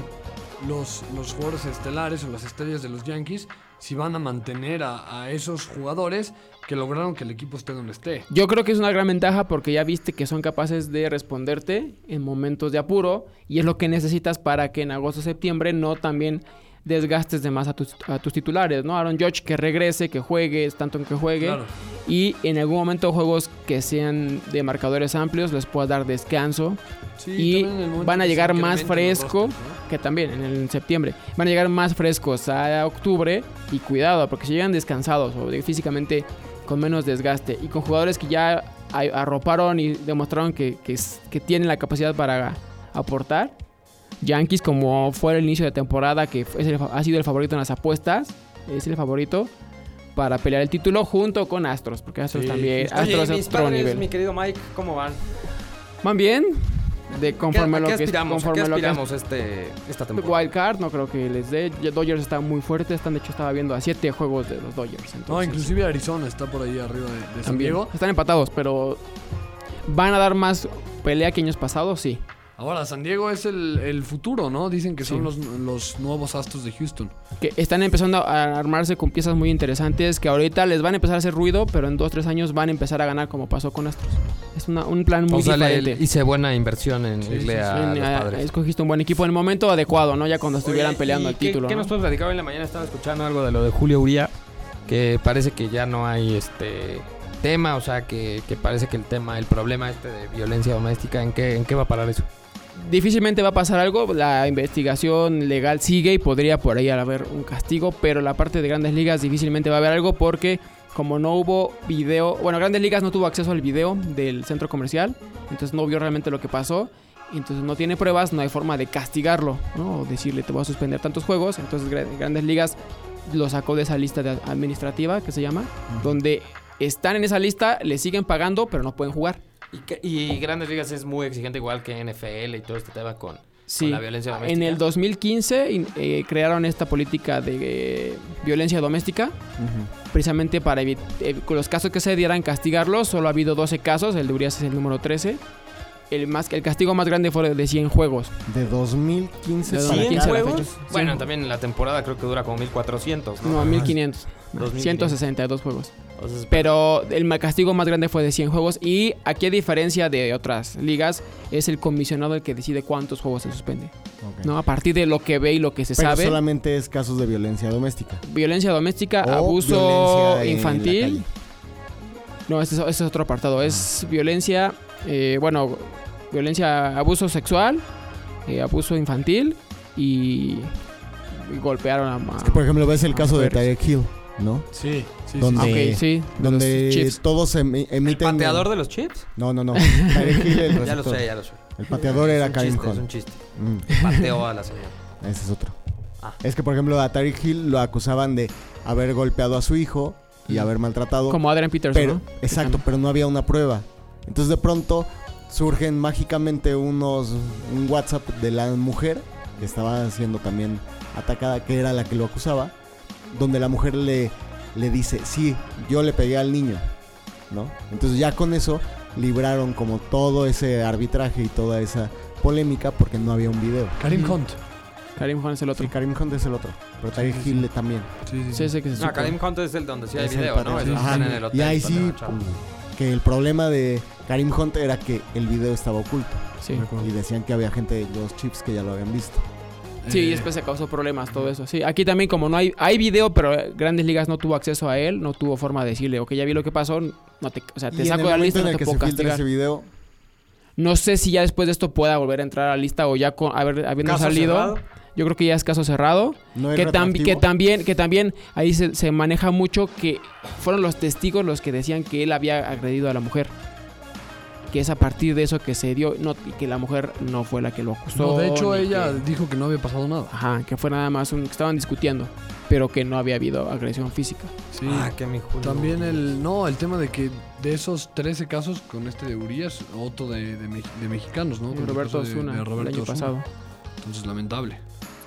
Speaker 2: los, los jugadores estelares o las estrellas de los Yankees si van a mantener a, a esos jugadores que lograron que el equipo esté donde esté.
Speaker 5: Yo creo que es una gran ventaja porque ya viste que son capaces de responderte en momentos de apuro y es lo que necesitas para que en agosto septiembre no también desgastes de más a tus, a tus titulares, ¿no? Aaron George que regrese, que juegue, Stanton que juegue
Speaker 2: Claro.
Speaker 5: y en algún momento juegos que sean de marcadores amplios les puedas dar descanso
Speaker 2: Sí,
Speaker 5: y
Speaker 2: también en el momento
Speaker 5: van a
Speaker 2: que se
Speaker 5: llegar más
Speaker 2: incrementen los
Speaker 5: fresco
Speaker 2: rosters, ¿no?
Speaker 5: que también en, el- en septiembre van a llegar más frescos a octubre y cuidado porque si llegan descansados o de- físicamente con menos desgaste y con jugadores que ya a- arroparon y demostraron que, que s- que tienen la capacidad para aportar Yankees como fue el inicio de temporada que fue- es el fa- ha sido el favorito en las apuestas es el favorito para pelear el título junto con Astros porque Astros
Speaker 2: Sí.
Speaker 5: también
Speaker 4: Oye,
Speaker 5: Astros
Speaker 4: y
Speaker 5: es
Speaker 4: mis
Speaker 5: otro
Speaker 4: padres,
Speaker 5: nivel
Speaker 4: mi querido Mike, ¿cómo van?
Speaker 5: Van bien. De conforme
Speaker 4: ¿A
Speaker 5: a lo
Speaker 4: qué
Speaker 5: que
Speaker 4: aspiramos?
Speaker 5: conforme
Speaker 4: ¿A
Speaker 5: a
Speaker 4: qué
Speaker 5: lo que
Speaker 4: aspiramos este, esta temporada?
Speaker 5: Wild Card no creo que les dé. Ya Dodgers está muy fuerte. Están de hecho estaba viendo a siete juegos de los
Speaker 4: Ah,
Speaker 5: Dodgers. Entonces,
Speaker 2: No, inclusive Arizona está por ahí arriba de, de San
Speaker 5: también.
Speaker 2: Diego.
Speaker 5: Están empatados, pero van a dar más pelea que años pasados, sí.
Speaker 2: Ahora, San Diego es el, el futuro, ¿no? Dicen que son
Speaker 5: Sí.
Speaker 2: los, los nuevos astros de Houston.
Speaker 5: Que están empezando a armarse con piezas muy interesantes que ahorita les van a empezar a hacer ruido, pero en dos tres años van a empezar a ganar como pasó con Astros. Es una- un plan muy
Speaker 4: O sea, le-
Speaker 5: diferente.
Speaker 4: hice buena inversión en irle a
Speaker 5: Sí,
Speaker 4: los
Speaker 5: a-
Speaker 4: padres.
Speaker 5: escogiste un buen equipo en el momento adecuado, ¿no? Ya cuando estuvieran
Speaker 4: Oye,
Speaker 5: peleando
Speaker 4: ¿y
Speaker 5: el
Speaker 4: qué-
Speaker 5: título.
Speaker 4: ¿Qué
Speaker 5: ¿no?
Speaker 4: nos puedes platicar hoy en la mañana? Estaba escuchando algo de lo de Julio Uría, que parece que ya no hay este tema, o sea, que, que parece que el tema, el problema este de violencia doméstica, ¿en qué, en qué va a parar eso?
Speaker 5: difícilmente va a pasar algo. La investigación legal sigue y podría por ahí haber un castigo, pero la parte de grandes ligas difícilmente va a haber algo porque como no hubo video, bueno, grandes ligas no tuvo acceso al video del centro comercial, entonces no vio realmente lo que pasó. Entonces no tiene pruebas, no hay forma de castigarlo, ¿no? O decirle te voy a suspender tantos juegos. Entonces Gra- Grandes Ligas lo sacó de esa lista de administrativa que se llama, donde están en esa lista, le siguen pagando, pero no pueden jugar.
Speaker 4: Y, que- y Grandes Ligas es muy exigente, igual que NFL y todo este tema con,
Speaker 5: Sí.
Speaker 4: con la violencia doméstica.
Speaker 5: En el 2015 in- eh, crearon esta política de eh, violencia doméstica, precisamente para evitar los casos que se dieran castigarlos. Solo ha habido 12 casos, el de Urias es el número 13. El, más, el castigo más grande fue de 100 juegos.
Speaker 3: De 2015
Speaker 5: De
Speaker 3: para
Speaker 5: 2015
Speaker 3: acá.
Speaker 5: a la
Speaker 4: juegos?
Speaker 5: fecha.
Speaker 4: Bueno,
Speaker 5: Sí.
Speaker 4: también la temporada creo que dura como 1400, ¿no?
Speaker 5: No, 1500.
Speaker 4: 2500.
Speaker 5: 162 juegos.
Speaker 4: Entonces,
Speaker 5: Pero el ma- castigo más grande fue de 100 juegos. Y aquí, a diferencia de otras ligas, es el comisionado el que decide cuántos juegos se suspende.
Speaker 3: Ok.
Speaker 5: ¿no? A partir de lo que ve y lo que se
Speaker 3: Pero
Speaker 5: sabe.
Speaker 3: solamente es casos de violencia doméstica.
Speaker 5: Violencia doméstica,
Speaker 3: O
Speaker 5: abuso
Speaker 3: violencia en la
Speaker 5: infantil.
Speaker 3: calle.
Speaker 5: No, ese es, ese es otro apartado.
Speaker 3: Ah.
Speaker 5: Es violencia, eh, bueno, violencia, abuso sexual, eh, abuso infantil y, y golpearon a mamá.
Speaker 3: Es que, por ejemplo, ves el
Speaker 5: Ah,
Speaker 3: caso de
Speaker 5: pero-
Speaker 3: Tyreek Hill, ¿no?
Speaker 2: Sí, sí,
Speaker 3: Donde-
Speaker 5: ok, sí. de los
Speaker 3: Donde
Speaker 5: Chiefs.
Speaker 3: todos emi-
Speaker 4: ¿El
Speaker 3: emiten...
Speaker 4: pateador de los chips?
Speaker 3: No, no, no. Tyreek Hill, el
Speaker 4: Ya lo
Speaker 3: receptor.
Speaker 4: sé, ya lo sé.
Speaker 3: El pateador
Speaker 4: Es
Speaker 3: era
Speaker 4: un
Speaker 3: Pues Karim
Speaker 4: chiste, Es un
Speaker 3: Hunt.
Speaker 4: chiste.
Speaker 3: Mm,
Speaker 4: Pateo a la señora.
Speaker 3: ese es otro.
Speaker 4: Ah.
Speaker 3: Es que, por ejemplo, a Tyreek Hill lo acusaban de haber golpeado a su hijo
Speaker 4: Mm.
Speaker 3: y haber maltratado.
Speaker 5: Como Adrian Peterson.
Speaker 3: pero,
Speaker 5: ¿no?
Speaker 3: exacto, pero no había una prueba. Entonces, de pronto, surgen mágicamente unos... Un WhatsApp de la mujer que estaba siendo también atacada, que era la que lo acusaba, donde la mujer le, le dice, sí, yo le pegué al niño, ¿no? Entonces ya con eso libraron como todo ese arbitraje y toda esa polémica porque no había un video.
Speaker 2: Karim Hunt.
Speaker 5: Karim Juan es el otro.
Speaker 3: Sí, Karim Hunt es el otro, pero Tyreek
Speaker 2: Sí, sí,
Speaker 3: Hill también.
Speaker 2: Sí, sí,
Speaker 5: Sí, ese que se
Speaker 4: No,
Speaker 5: supo.
Speaker 4: Ah, Karim Hunt es el donde sí hay
Speaker 3: Es el
Speaker 4: video, ¿no?
Speaker 3: pateador.
Speaker 4: Es donde
Speaker 3: Ajá.
Speaker 4: están en el hotel.
Speaker 3: y ahí
Speaker 4: pateando
Speaker 3: sí,
Speaker 4: a la chava.
Speaker 3: pues, que el problema de Karim Hunt era que el video estaba oculto
Speaker 5: Sí.
Speaker 3: y decían que había gente de los chips que ya lo habían visto.
Speaker 5: Sí, y
Speaker 2: Eh,
Speaker 5: después se causó problemas, todo eso. Sí, aquí también como no hay hay video, pero eh, Grandes Ligas no tuvo acceso a él, no tuvo forma de decirle, ok, ya vi lo que pasó, no te, o sea,
Speaker 3: y
Speaker 5: te
Speaker 3: en
Speaker 5: saco
Speaker 3: el
Speaker 5: de la
Speaker 3: momento
Speaker 5: lista,
Speaker 3: en
Speaker 5: no
Speaker 3: el
Speaker 5: te
Speaker 3: que
Speaker 5: puedo
Speaker 3: se filtra
Speaker 5: castigar.
Speaker 3: ese video,
Speaker 5: No sé si ya después de esto pueda volver a entrar a la lista o ya con, haber, habiendo
Speaker 4: Caso
Speaker 5: salido.
Speaker 4: cerrado.
Speaker 5: Yo creo que ya es caso cerrado.
Speaker 3: no es
Speaker 5: Que, tam- que
Speaker 3: retroactivo.
Speaker 5: también, que también ahí se, se maneja mucho que fueron los testigos los que decían que él había agredido a la mujer. Que es a partir de eso que se dio no, y que la mujer no fue la que lo acusó.
Speaker 2: no, de hecho,
Speaker 5: ni
Speaker 2: ella
Speaker 5: que- Ah,
Speaker 2: dijo que no había pasado nada.
Speaker 5: Ajá, que fue nada más un, que estaban discutiendo, pero que no había habido agresión física.
Speaker 2: Sí.
Speaker 4: Ah, qué mi Julio.
Speaker 2: También el, no, el tema de que de esos 13 casos, con este de Urias, otro de, de me- de mexicanos, ¿no? Con el
Speaker 5: Roberto
Speaker 2: caso de-
Speaker 5: Osuna,
Speaker 2: de
Speaker 5: el
Speaker 2: Roberto
Speaker 5: año
Speaker 2: Osuna.
Speaker 5: pasado.
Speaker 2: Entonces, lamentable.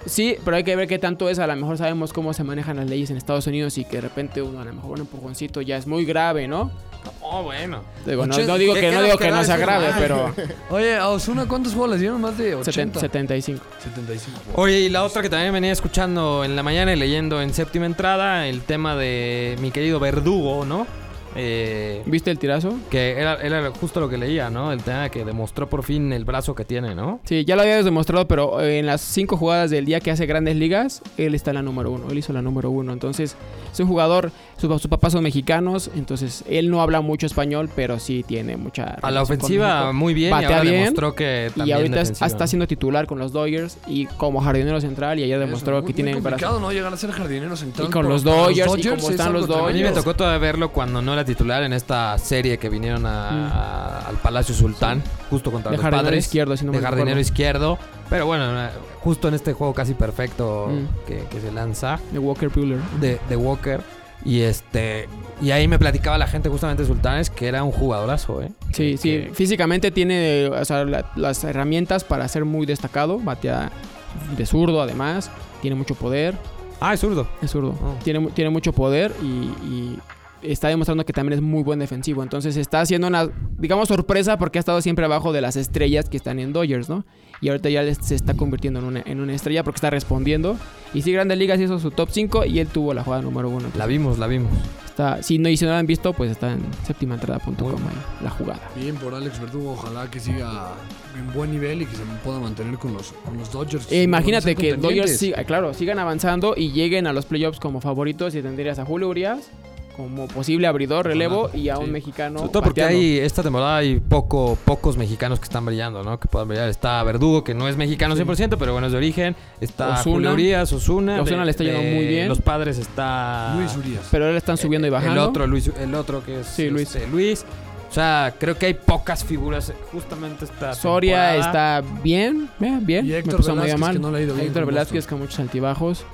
Speaker 5: Sí, pero hay que ver qué tanto es. A lo mejor sabemos cómo se manejan las leyes en Estados Unidos y que de repente uno, a lo mejor un empujoncito ya es muy grave, ¿no?
Speaker 4: No, bueno.
Speaker 5: Digo, no,
Speaker 2: Ochen-
Speaker 5: no digo
Speaker 4: ¿Qué
Speaker 5: que no
Speaker 4: queda-
Speaker 5: digo
Speaker 4: qué
Speaker 5: que
Speaker 4: va a
Speaker 5: no sea
Speaker 4: decir?
Speaker 5: grave,
Speaker 4: Ah.
Speaker 5: pero
Speaker 2: Oye, a Osuna, ¿cuántos goles dieron? Más de 80.
Speaker 5: 75.
Speaker 2: 75.
Speaker 4: Oye, y la otra que también venía escuchando en la mañana y leyendo en séptima entrada, el tema de mi querido verdugo, ¿no? Eh,
Speaker 5: ¿Viste el tirazo?
Speaker 4: que era, era justo lo que leía, ¿no? El tema que demostró por fin el brazo que tiene, ¿no?
Speaker 5: Sí, ya lo habíamos demostrado, pero eh, en las cinco jugadas del día que hace grandes ligas, él está en la número uno. Él hizo la número uno. Entonces, es un jugador, sus, sus papás son mexicanos, entonces él no habla mucho español, pero sí tiene mucha.
Speaker 4: A la
Speaker 5: relación con
Speaker 4: ofensiva
Speaker 5: México.
Speaker 4: muy bien, y
Speaker 5: Batea
Speaker 4: ahora
Speaker 5: bien,
Speaker 4: demostró que
Speaker 5: Y
Speaker 4: también
Speaker 5: ahorita es-
Speaker 4: defensiva,
Speaker 5: está
Speaker 4: ¿no?
Speaker 5: siendo titular con los Dodgers y como jardinero central, y ayer demostró
Speaker 2: Eso, muy-
Speaker 5: que tiene
Speaker 2: muy
Speaker 5: el brazo.
Speaker 2: complicado no llegar a ser jardinero central.
Speaker 5: Y con
Speaker 2: por-
Speaker 5: los
Speaker 2: para
Speaker 5: Dodgers, y como
Speaker 2: es
Speaker 5: están
Speaker 2: algo
Speaker 5: los
Speaker 4: A mí me
Speaker 5: Dodgers.
Speaker 2: tremendo.
Speaker 4: tocó todavía verlo cuando no era titular en esta serie que vinieron a- a- al Palacio Sultán, justo contra
Speaker 5: Mm. De
Speaker 4: los
Speaker 5: jardinero
Speaker 4: padres.
Speaker 5: izquierdo, si no
Speaker 4: de
Speaker 5: mal
Speaker 4: jardinero
Speaker 5: recuerdo.
Speaker 4: izquierdo. Pero bueno, eh, justo en este juego casi perfecto
Speaker 5: Mm.
Speaker 4: que, que se lanza
Speaker 5: De Walker Buehler.
Speaker 4: de, de Walker. Y este. Y ahí me platicaba la gente justamente de Sultanes que era un jugadorazo, ¿eh?
Speaker 5: Sí,
Speaker 4: Que-
Speaker 5: sí,
Speaker 4: que-
Speaker 5: físicamente tiene o sea, la- las herramientas para ser muy destacado, batea de zurdo además, tiene mucho poder,
Speaker 4: Ah, es zurdo.
Speaker 5: es zurdo,
Speaker 4: Oh.
Speaker 5: tiene, mu- tiene mucho poder y, y está demostrando que también es muy buen defensivo, entonces está haciendo una, digamos, sorpresa porque ha estado siempre abajo de las estrellas que están en Dodgers, ¿no? Y ahorita ya les- se está convirtiendo en una, en una estrella porque está respondiendo. Y sí, Grande Ligas hizo su top 5 y él tuvo la jugada número 1.
Speaker 4: La vimos, la vimos.
Speaker 5: si no, y si no la han visto, pues está en séptimaentrada.com
Speaker 4: Muy bien.
Speaker 5: ahí, la jugada.
Speaker 2: Bien por Alex Verdugo, ojalá que siga en buen nivel y que se pueda mantener con los, con los Dodgers.
Speaker 5: Eh, imagínate que
Speaker 2: Pueden ser
Speaker 5: Dodgers,
Speaker 2: contendientes.
Speaker 5: siga- claro, sigan avanzando y lleguen a los playoffs como favoritos y tendrías a Julio Urias como posible abridor, relevo y a un
Speaker 4: sí.
Speaker 5: mexicano.
Speaker 4: Sobre todo porque
Speaker 5: bateando.
Speaker 4: hay, esta temporada hay poco, pocos mexicanos que están brillando, ¿no? Que puedan brillar. Está Verdugo, que no es mexicano 100%, pero bueno, es de origen. Está
Speaker 5: Ozuna.
Speaker 4: Julio Urias, Osuna.
Speaker 5: Ozuna le está yendo muy bien.
Speaker 4: Los padres está...
Speaker 2: Luis Urias.
Speaker 5: Pero ahora están subiendo y bajando.
Speaker 4: El otro, Luis, el otro que es
Speaker 5: Sí, Luis.
Speaker 4: este, Luis. O sea, creo que hay pocas figuras justamente esta
Speaker 5: Soria
Speaker 4: temporada.
Speaker 5: está bien, eh, bien.
Speaker 2: Y
Speaker 5: me
Speaker 2: Héctor
Speaker 5: puso medio
Speaker 2: Velázquez,
Speaker 5: mal.
Speaker 2: que no le ha ido bien
Speaker 5: Héctor
Speaker 2: con
Speaker 5: Velázquez con muchos altibajos.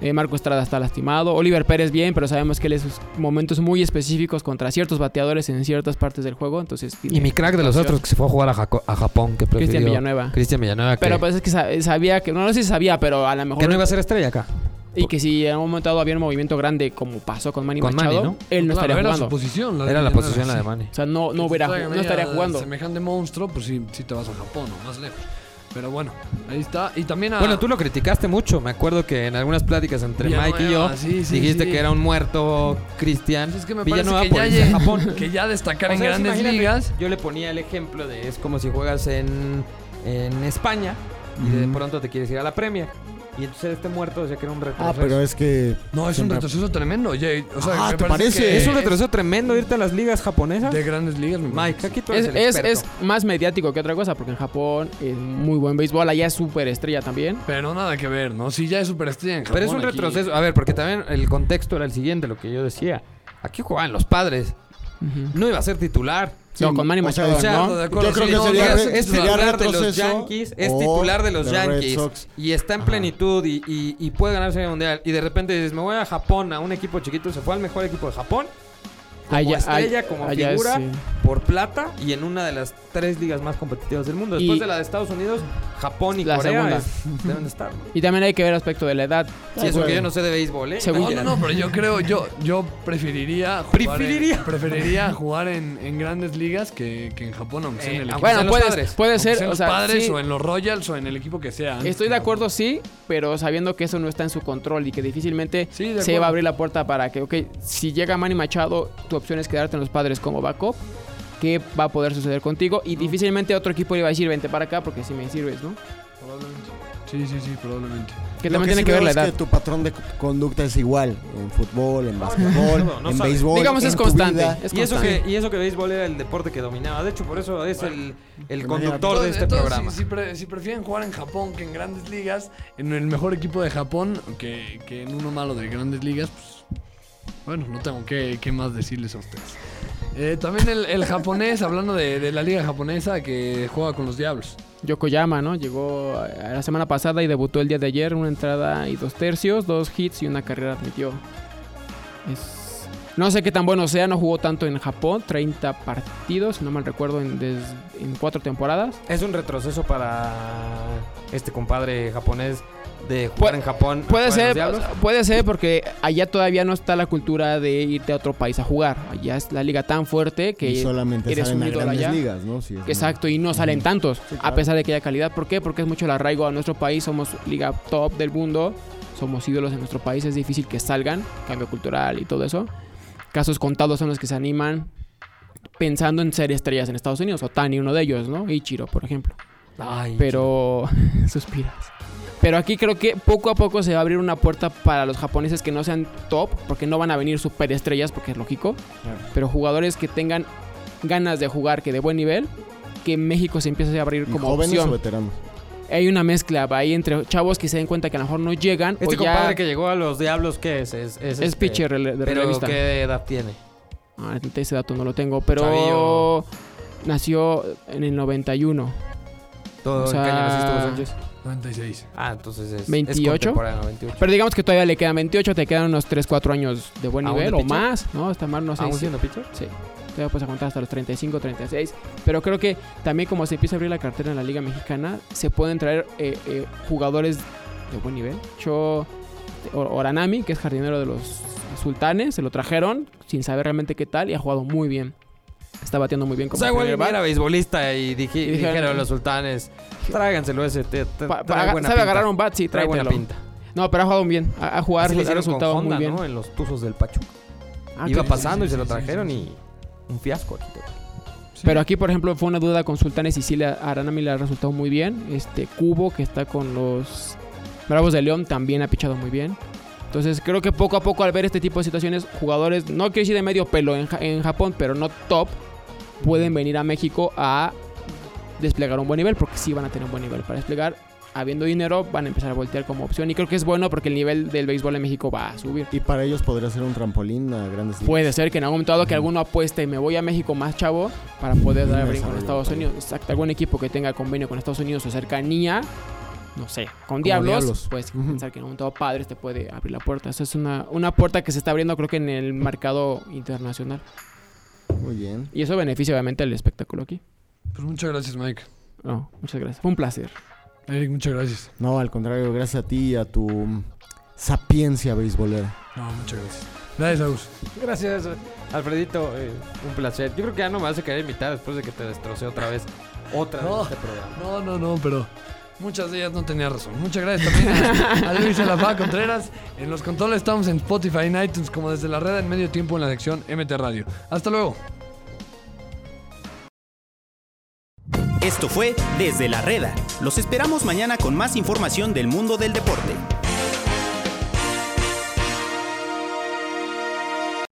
Speaker 5: Eh, Marco Estrada está lastimado. Oliver Pérez bien, pero sabemos que él es sus momentos muy específicos contra ciertos bateadores en ciertas partes del juego. Entonces,
Speaker 4: Y mi crack de los otros que se fue a jugar a, Jaco- a Japón, que prefirió...
Speaker 5: Cristian Villanueva.
Speaker 4: Cristian Villanueva, que,
Speaker 5: Pero pues es que sa- sabía que, no, no sé si sabía, pero a lo mejor.
Speaker 4: que no iba a ser estrella acá.
Speaker 5: Y que si en un momento dado había un movimiento grande como pasó con Manny
Speaker 4: Con Manny,
Speaker 5: Machado,
Speaker 4: ¿no?
Speaker 5: él no
Speaker 2: Claro,
Speaker 5: estaría
Speaker 2: era
Speaker 5: jugando.
Speaker 2: su posición.
Speaker 4: Era la
Speaker 2: Villanueva,
Speaker 4: posición la de
Speaker 2: sí.
Speaker 4: Manny.
Speaker 5: O sea, no, no,
Speaker 2: Que
Speaker 5: hubiera,
Speaker 2: te traigan
Speaker 5: no
Speaker 2: ahí
Speaker 5: estaría
Speaker 2: a
Speaker 5: jugando.
Speaker 2: Semejante monstruo, pues sí, sí te vas a Japón o más lejos. Pero bueno, ahí está. Y también a.
Speaker 4: Bueno, tú lo criticaste mucho. Me acuerdo que en algunas pláticas entre
Speaker 2: Villanueva,
Speaker 4: Mike y yo
Speaker 2: sí, sí,
Speaker 4: dijiste
Speaker 2: sí.
Speaker 4: que era un muerto Cristian.
Speaker 2: es que me
Speaker 4: Villanueva
Speaker 2: parece que
Speaker 4: por
Speaker 2: ya,
Speaker 4: irse a
Speaker 2: llegue-
Speaker 4: pues, Japón.
Speaker 2: que ya destacar
Speaker 4: O
Speaker 2: en
Speaker 4: sea,
Speaker 2: grandes
Speaker 4: imagínate,
Speaker 2: ligas.
Speaker 4: Yo le ponía el ejemplo de es como si juegas en, en España y de pronto te quieres ir a la Premier. Y entonces este muerto decía que era un retroceso.
Speaker 3: Ah,
Speaker 5: pues,
Speaker 3: pero es que.
Speaker 2: No, es un
Speaker 3: Siempre-
Speaker 2: retroceso tremendo. oye, o sea,
Speaker 3: Ah,
Speaker 2: me
Speaker 3: ¿te parece?
Speaker 2: que
Speaker 4: es un retroceso tremendo irte a las ligas japonesas.
Speaker 2: De grandes ligas, me
Speaker 4: Mike,
Speaker 2: parece.
Speaker 4: aquí tú
Speaker 5: Es,
Speaker 4: eres el
Speaker 5: es,
Speaker 4: experto.
Speaker 5: es más mediático que otra cosa, porque en Japón es muy buen béisbol, allá es súper estrella también.
Speaker 2: Pero nada que ver, ¿no? Si ya es superestrella en Japón.
Speaker 4: Pero es un
Speaker 2: aquí-
Speaker 4: retroceso. A ver, porque también el contexto era el siguiente, lo que yo decía. Aquí jugaban los padres. No iba a ser titular.
Speaker 5: no, con Manny
Speaker 3: o
Speaker 5: Machado,
Speaker 3: sea,
Speaker 5: ¿no.
Speaker 2: Claro, de acuerdo,
Speaker 3: Yo creo
Speaker 2: sí,
Speaker 3: que
Speaker 2: no,
Speaker 3: sería,
Speaker 2: no,
Speaker 4: es,
Speaker 3: re-
Speaker 4: es
Speaker 3: sería
Speaker 4: titular de los
Speaker 3: retroceso
Speaker 4: Yankees, es
Speaker 3: o
Speaker 4: titular de los
Speaker 3: de Red
Speaker 4: Yankees
Speaker 3: Sox.
Speaker 4: y está en plenitud y, y- y puede ganarse el mundial. Y de repente dices, me voy a Japón, a un equipo chiquito, se fue al mejor equipo de Japón, como
Speaker 5: Allá-
Speaker 4: estrella,
Speaker 5: ay-
Speaker 4: como
Speaker 5: allá es,
Speaker 4: figura,
Speaker 5: sí.
Speaker 4: por plata y en una de las tres ligas más competitivas del mundo. Después
Speaker 5: Y-
Speaker 4: de la de Estados Unidos, Japón y
Speaker 5: La segunda. Ah,
Speaker 4: Corea es- deben de estar.
Speaker 5: Y también hay que ver aspecto de la edad. Pues,
Speaker 4: Sí, eso que yo no sé de béisbol, ¿eh?
Speaker 5: Según-
Speaker 2: No, no, no, pero yo creo, yo, yo preferiría jugar En,
Speaker 4: Preferiría.
Speaker 2: preferiría jugar en, en grandes ligas que, que en Japón, aunque sea en
Speaker 4: Eh,
Speaker 2: el equipo.
Speaker 4: sean
Speaker 5: Bueno,
Speaker 4: los
Speaker 5: puede,
Speaker 4: padres.
Speaker 5: puede
Speaker 2: Aunque sea
Speaker 5: ser,
Speaker 2: en
Speaker 5: o
Speaker 2: los
Speaker 5: sea,
Speaker 2: padres
Speaker 5: sí,
Speaker 2: o en los Royals o en el equipo que sea.
Speaker 3: Ah,
Speaker 5: estoy de acuerdo, sí, pero sabiendo que eso no está en su control y que difícilmente
Speaker 2: Sí, de
Speaker 5: se va
Speaker 2: acuerdo.
Speaker 5: a abrir la puerta para que, ok, si llega Manny Machado, tu opción es quedarte en los padres como backup. ¿Qué va a poder suceder contigo? Y difícilmente otro equipo le va a decir, vente para acá porque si me sirves, ¿no?
Speaker 2: Probablemente. Sí, sí, sí, probablemente.
Speaker 5: Que
Speaker 3: Lo
Speaker 5: también tiene
Speaker 3: sí
Speaker 5: que
Speaker 3: veo
Speaker 5: ver la
Speaker 3: es
Speaker 5: edad.
Speaker 3: que tu patrón de conducta es igual en fútbol, en básquetbol,
Speaker 4: no, no
Speaker 3: en
Speaker 4: sabe.
Speaker 3: béisbol.
Speaker 5: Digamos,
Speaker 3: en
Speaker 5: es
Speaker 3: tu
Speaker 5: constante.
Speaker 3: vida.
Speaker 5: Es
Speaker 4: Y eso,
Speaker 5: constante.
Speaker 4: que, y eso que béisbol era el deporte que dominaba. De hecho, por eso es el, el conductor de
Speaker 2: Entonces,
Speaker 4: este
Speaker 2: entonces,
Speaker 4: programa.
Speaker 2: Si, si pre- si prefieren jugar en Japón que en grandes ligas, en el mejor equipo de Japón que, que en uno malo de grandes ligas, pues, bueno, no tengo que, que más decirles a ustedes. Eh, también el, el japonés, hablando de, de la liga japonesa que juega con los diablos.
Speaker 5: Yokoyama, ¿no? Llegó a- a la semana pasada y debutó el día de ayer, una entrada y dos tercios, dos hits y una carrera admitió. Es No sé qué tan bueno sea, no jugó tanto en Japón, 30 partidos, si no mal recuerdo, en, des- en cuatro temporadas.
Speaker 4: Es un retroceso para este compadre japonés de jugar
Speaker 5: Pu-
Speaker 4: en Japón. a
Speaker 5: Puede
Speaker 4: jugar en los
Speaker 5: ser,
Speaker 4: Diablos.
Speaker 5: puede ser porque allá todavía no está la cultura de irte a otro país a jugar. Allá es la liga tan fuerte que
Speaker 3: y solamente
Speaker 5: eres
Speaker 3: salen
Speaker 5: un
Speaker 3: a
Speaker 5: ídolo
Speaker 3: grandes
Speaker 5: allá.
Speaker 3: ligas, ¿no? Sí, es muy-
Speaker 5: Exacto, y no salen
Speaker 3: Ujú.
Speaker 5: tantos,
Speaker 3: Sí,
Speaker 5: a
Speaker 3: claro.
Speaker 5: pesar de que haya calidad. ¿Por qué? Porque es mucho el arraigo a nuestro país, somos liga top del mundo, somos ídolos en nuestro país, es difícil que salgan, cambio cultural y todo eso. Casos contados son los que se animan pensando en ser estrellas en Estados Unidos, Otani uno de ellos, ¿no? Ichiro, por ejemplo. pues,
Speaker 4: Ay,
Speaker 5: Pero suspiras. Pero aquí creo que poco a poco se va a abrir una puerta para los japoneses que no sean top, porque no van a venir superestrellas, porque es lógico,
Speaker 3: Claro.
Speaker 5: pero jugadores que tengan ganas de jugar, que de buen nivel, que México se empiece a abrir
Speaker 3: ¿Y
Speaker 5: como
Speaker 3: jóvenes o
Speaker 5: opción.
Speaker 3: veteranos.
Speaker 5: Hay una mezcla ahí entre chavos que se den cuenta que a lo mejor no llegan
Speaker 4: Este
Speaker 5: o pues ya
Speaker 4: compadre que llegó a los Diablos, ¿qué es? Es,
Speaker 5: es
Speaker 4: este-
Speaker 5: pitcher rele- de
Speaker 4: Pero
Speaker 5: relevista.
Speaker 4: ¿qué edad tiene?
Speaker 5: Ah, ese dato no lo tengo, pero
Speaker 4: Chavillo.
Speaker 5: nació en el 91.
Speaker 4: ¿Todo
Speaker 5: O
Speaker 4: en qué año
Speaker 5: sea,
Speaker 4: naciste vos, Sánchez?
Speaker 2: 96.
Speaker 4: Ah, entonces es. es
Speaker 5: 28.
Speaker 4: contemporáneo, 28.
Speaker 5: Pero digamos que todavía le quedan 28, te quedan unos 3, 4 años de buen
Speaker 4: ¿Aún de
Speaker 5: nivel o
Speaker 4: pitcher?
Speaker 5: más, ¿no? Hasta más, no sé.
Speaker 4: ¿Aún
Speaker 5: si-
Speaker 4: siendo pitcher?
Speaker 5: Ah, Sí, todavía puedes aguantar hasta los 35, 36. Pero creo que también como se empieza a abrir la cartera en la Liga Mexicana, se pueden traer eh, eh, jugadores de buen nivel. Yo, Or- Oranami, que es jardinero de los sultanes, se lo trajeron sin saber realmente qué tal y ha jugado muy bien. Está bateando muy bien
Speaker 4: O
Speaker 5: como
Speaker 4: sea, igual
Speaker 5: primer bat.
Speaker 4: era beisbolista y, dije,
Speaker 5: Y dijeron-
Speaker 4: dijeron los sultanes, tráiganselo ese. Te, te-
Speaker 5: Pa- pa-
Speaker 4: trae
Speaker 5: aga-
Speaker 4: buena
Speaker 5: sabe
Speaker 4: pinta,
Speaker 5: agarrar un bat, sí,
Speaker 4: Trae buena
Speaker 5: tráetelo.
Speaker 4: pinta.
Speaker 5: No, pero ha jugado bien. Ha, ha jugado,
Speaker 4: Así lo
Speaker 5: ha
Speaker 4: hicieron con
Speaker 5: resultado muy
Speaker 4: Honda,
Speaker 5: bien.
Speaker 4: ¿no? En los tuzos del Pachuca.
Speaker 5: Ah,
Speaker 4: Iba
Speaker 5: claro.
Speaker 4: pasando
Speaker 2: sí,
Speaker 4: y se lo
Speaker 2: sí, sí,
Speaker 4: trajeron
Speaker 2: sí,
Speaker 4: y un fiasco aquí.
Speaker 5: Pero aquí, por ejemplo, fue una duda con Sultanes y sí, le- a Aranami le ha resultado muy bien. Este Cubo, que está con los Bravos de León, también ha pichado muy bien. Entonces, creo que poco a poco, al ver este tipo de situaciones, jugadores, no quiero decir de medio pelo en, Ja- en Japón, pero no top, pueden venir a México a desplegar un buen nivel, porque sí van a tener un buen nivel para desplegar. Habiendo dinero, van a empezar a voltear como opción. Y creo que es bueno porque el nivel del béisbol en México va a subir.
Speaker 3: Y para ellos podría ser un trampolín a grandes ligas.
Speaker 5: Puede ser que en algún momento dado que alguno apueste y me voy a México más chavo para poder dar
Speaker 3: Me
Speaker 5: el brinco con
Speaker 3: desarrollo,
Speaker 5: Estados
Speaker 3: también.
Speaker 5: Unidos. Exacto, algún equipo que tenga convenio con Estados Unidos o cercanía, no sé, con diablos,
Speaker 3: Diablos.
Speaker 5: pues
Speaker 3: Ujú.
Speaker 5: pensar que en algún momento dado Padres te puede abrir la puerta. Eso es una, una puerta que se está abriendo creo que en el mercado internacional.
Speaker 3: Muy bien.
Speaker 5: Y eso beneficia obviamente al espectáculo aquí.
Speaker 2: Pues muchas gracias, Mike.
Speaker 5: No, muchas gracias. Fue un placer.
Speaker 2: Eric, muchas gracias.
Speaker 3: No, al contrario, gracias a ti y a tu mm, sapiencia beisbolera.
Speaker 2: No, muchas gracias. Gracias, Agus.
Speaker 4: Gracias, Alfredito. eh, un placer. Yo creo que ya no me vas a querer invitar después de que te destrocé otra vez. Otra
Speaker 2: No.
Speaker 4: vez este programa.
Speaker 2: No, no, no, pero muchas de ellas no tenía razón. Muchas gracias también a, a Luis Alafá Contreras. En los controles estamos en Spotify y en iTunes, como desde la red en medio tiempo en la sección MT Radio. Hasta luego.
Speaker 1: Esto fue Desde la Reda. Los esperamos mañana con más información del mundo del deporte.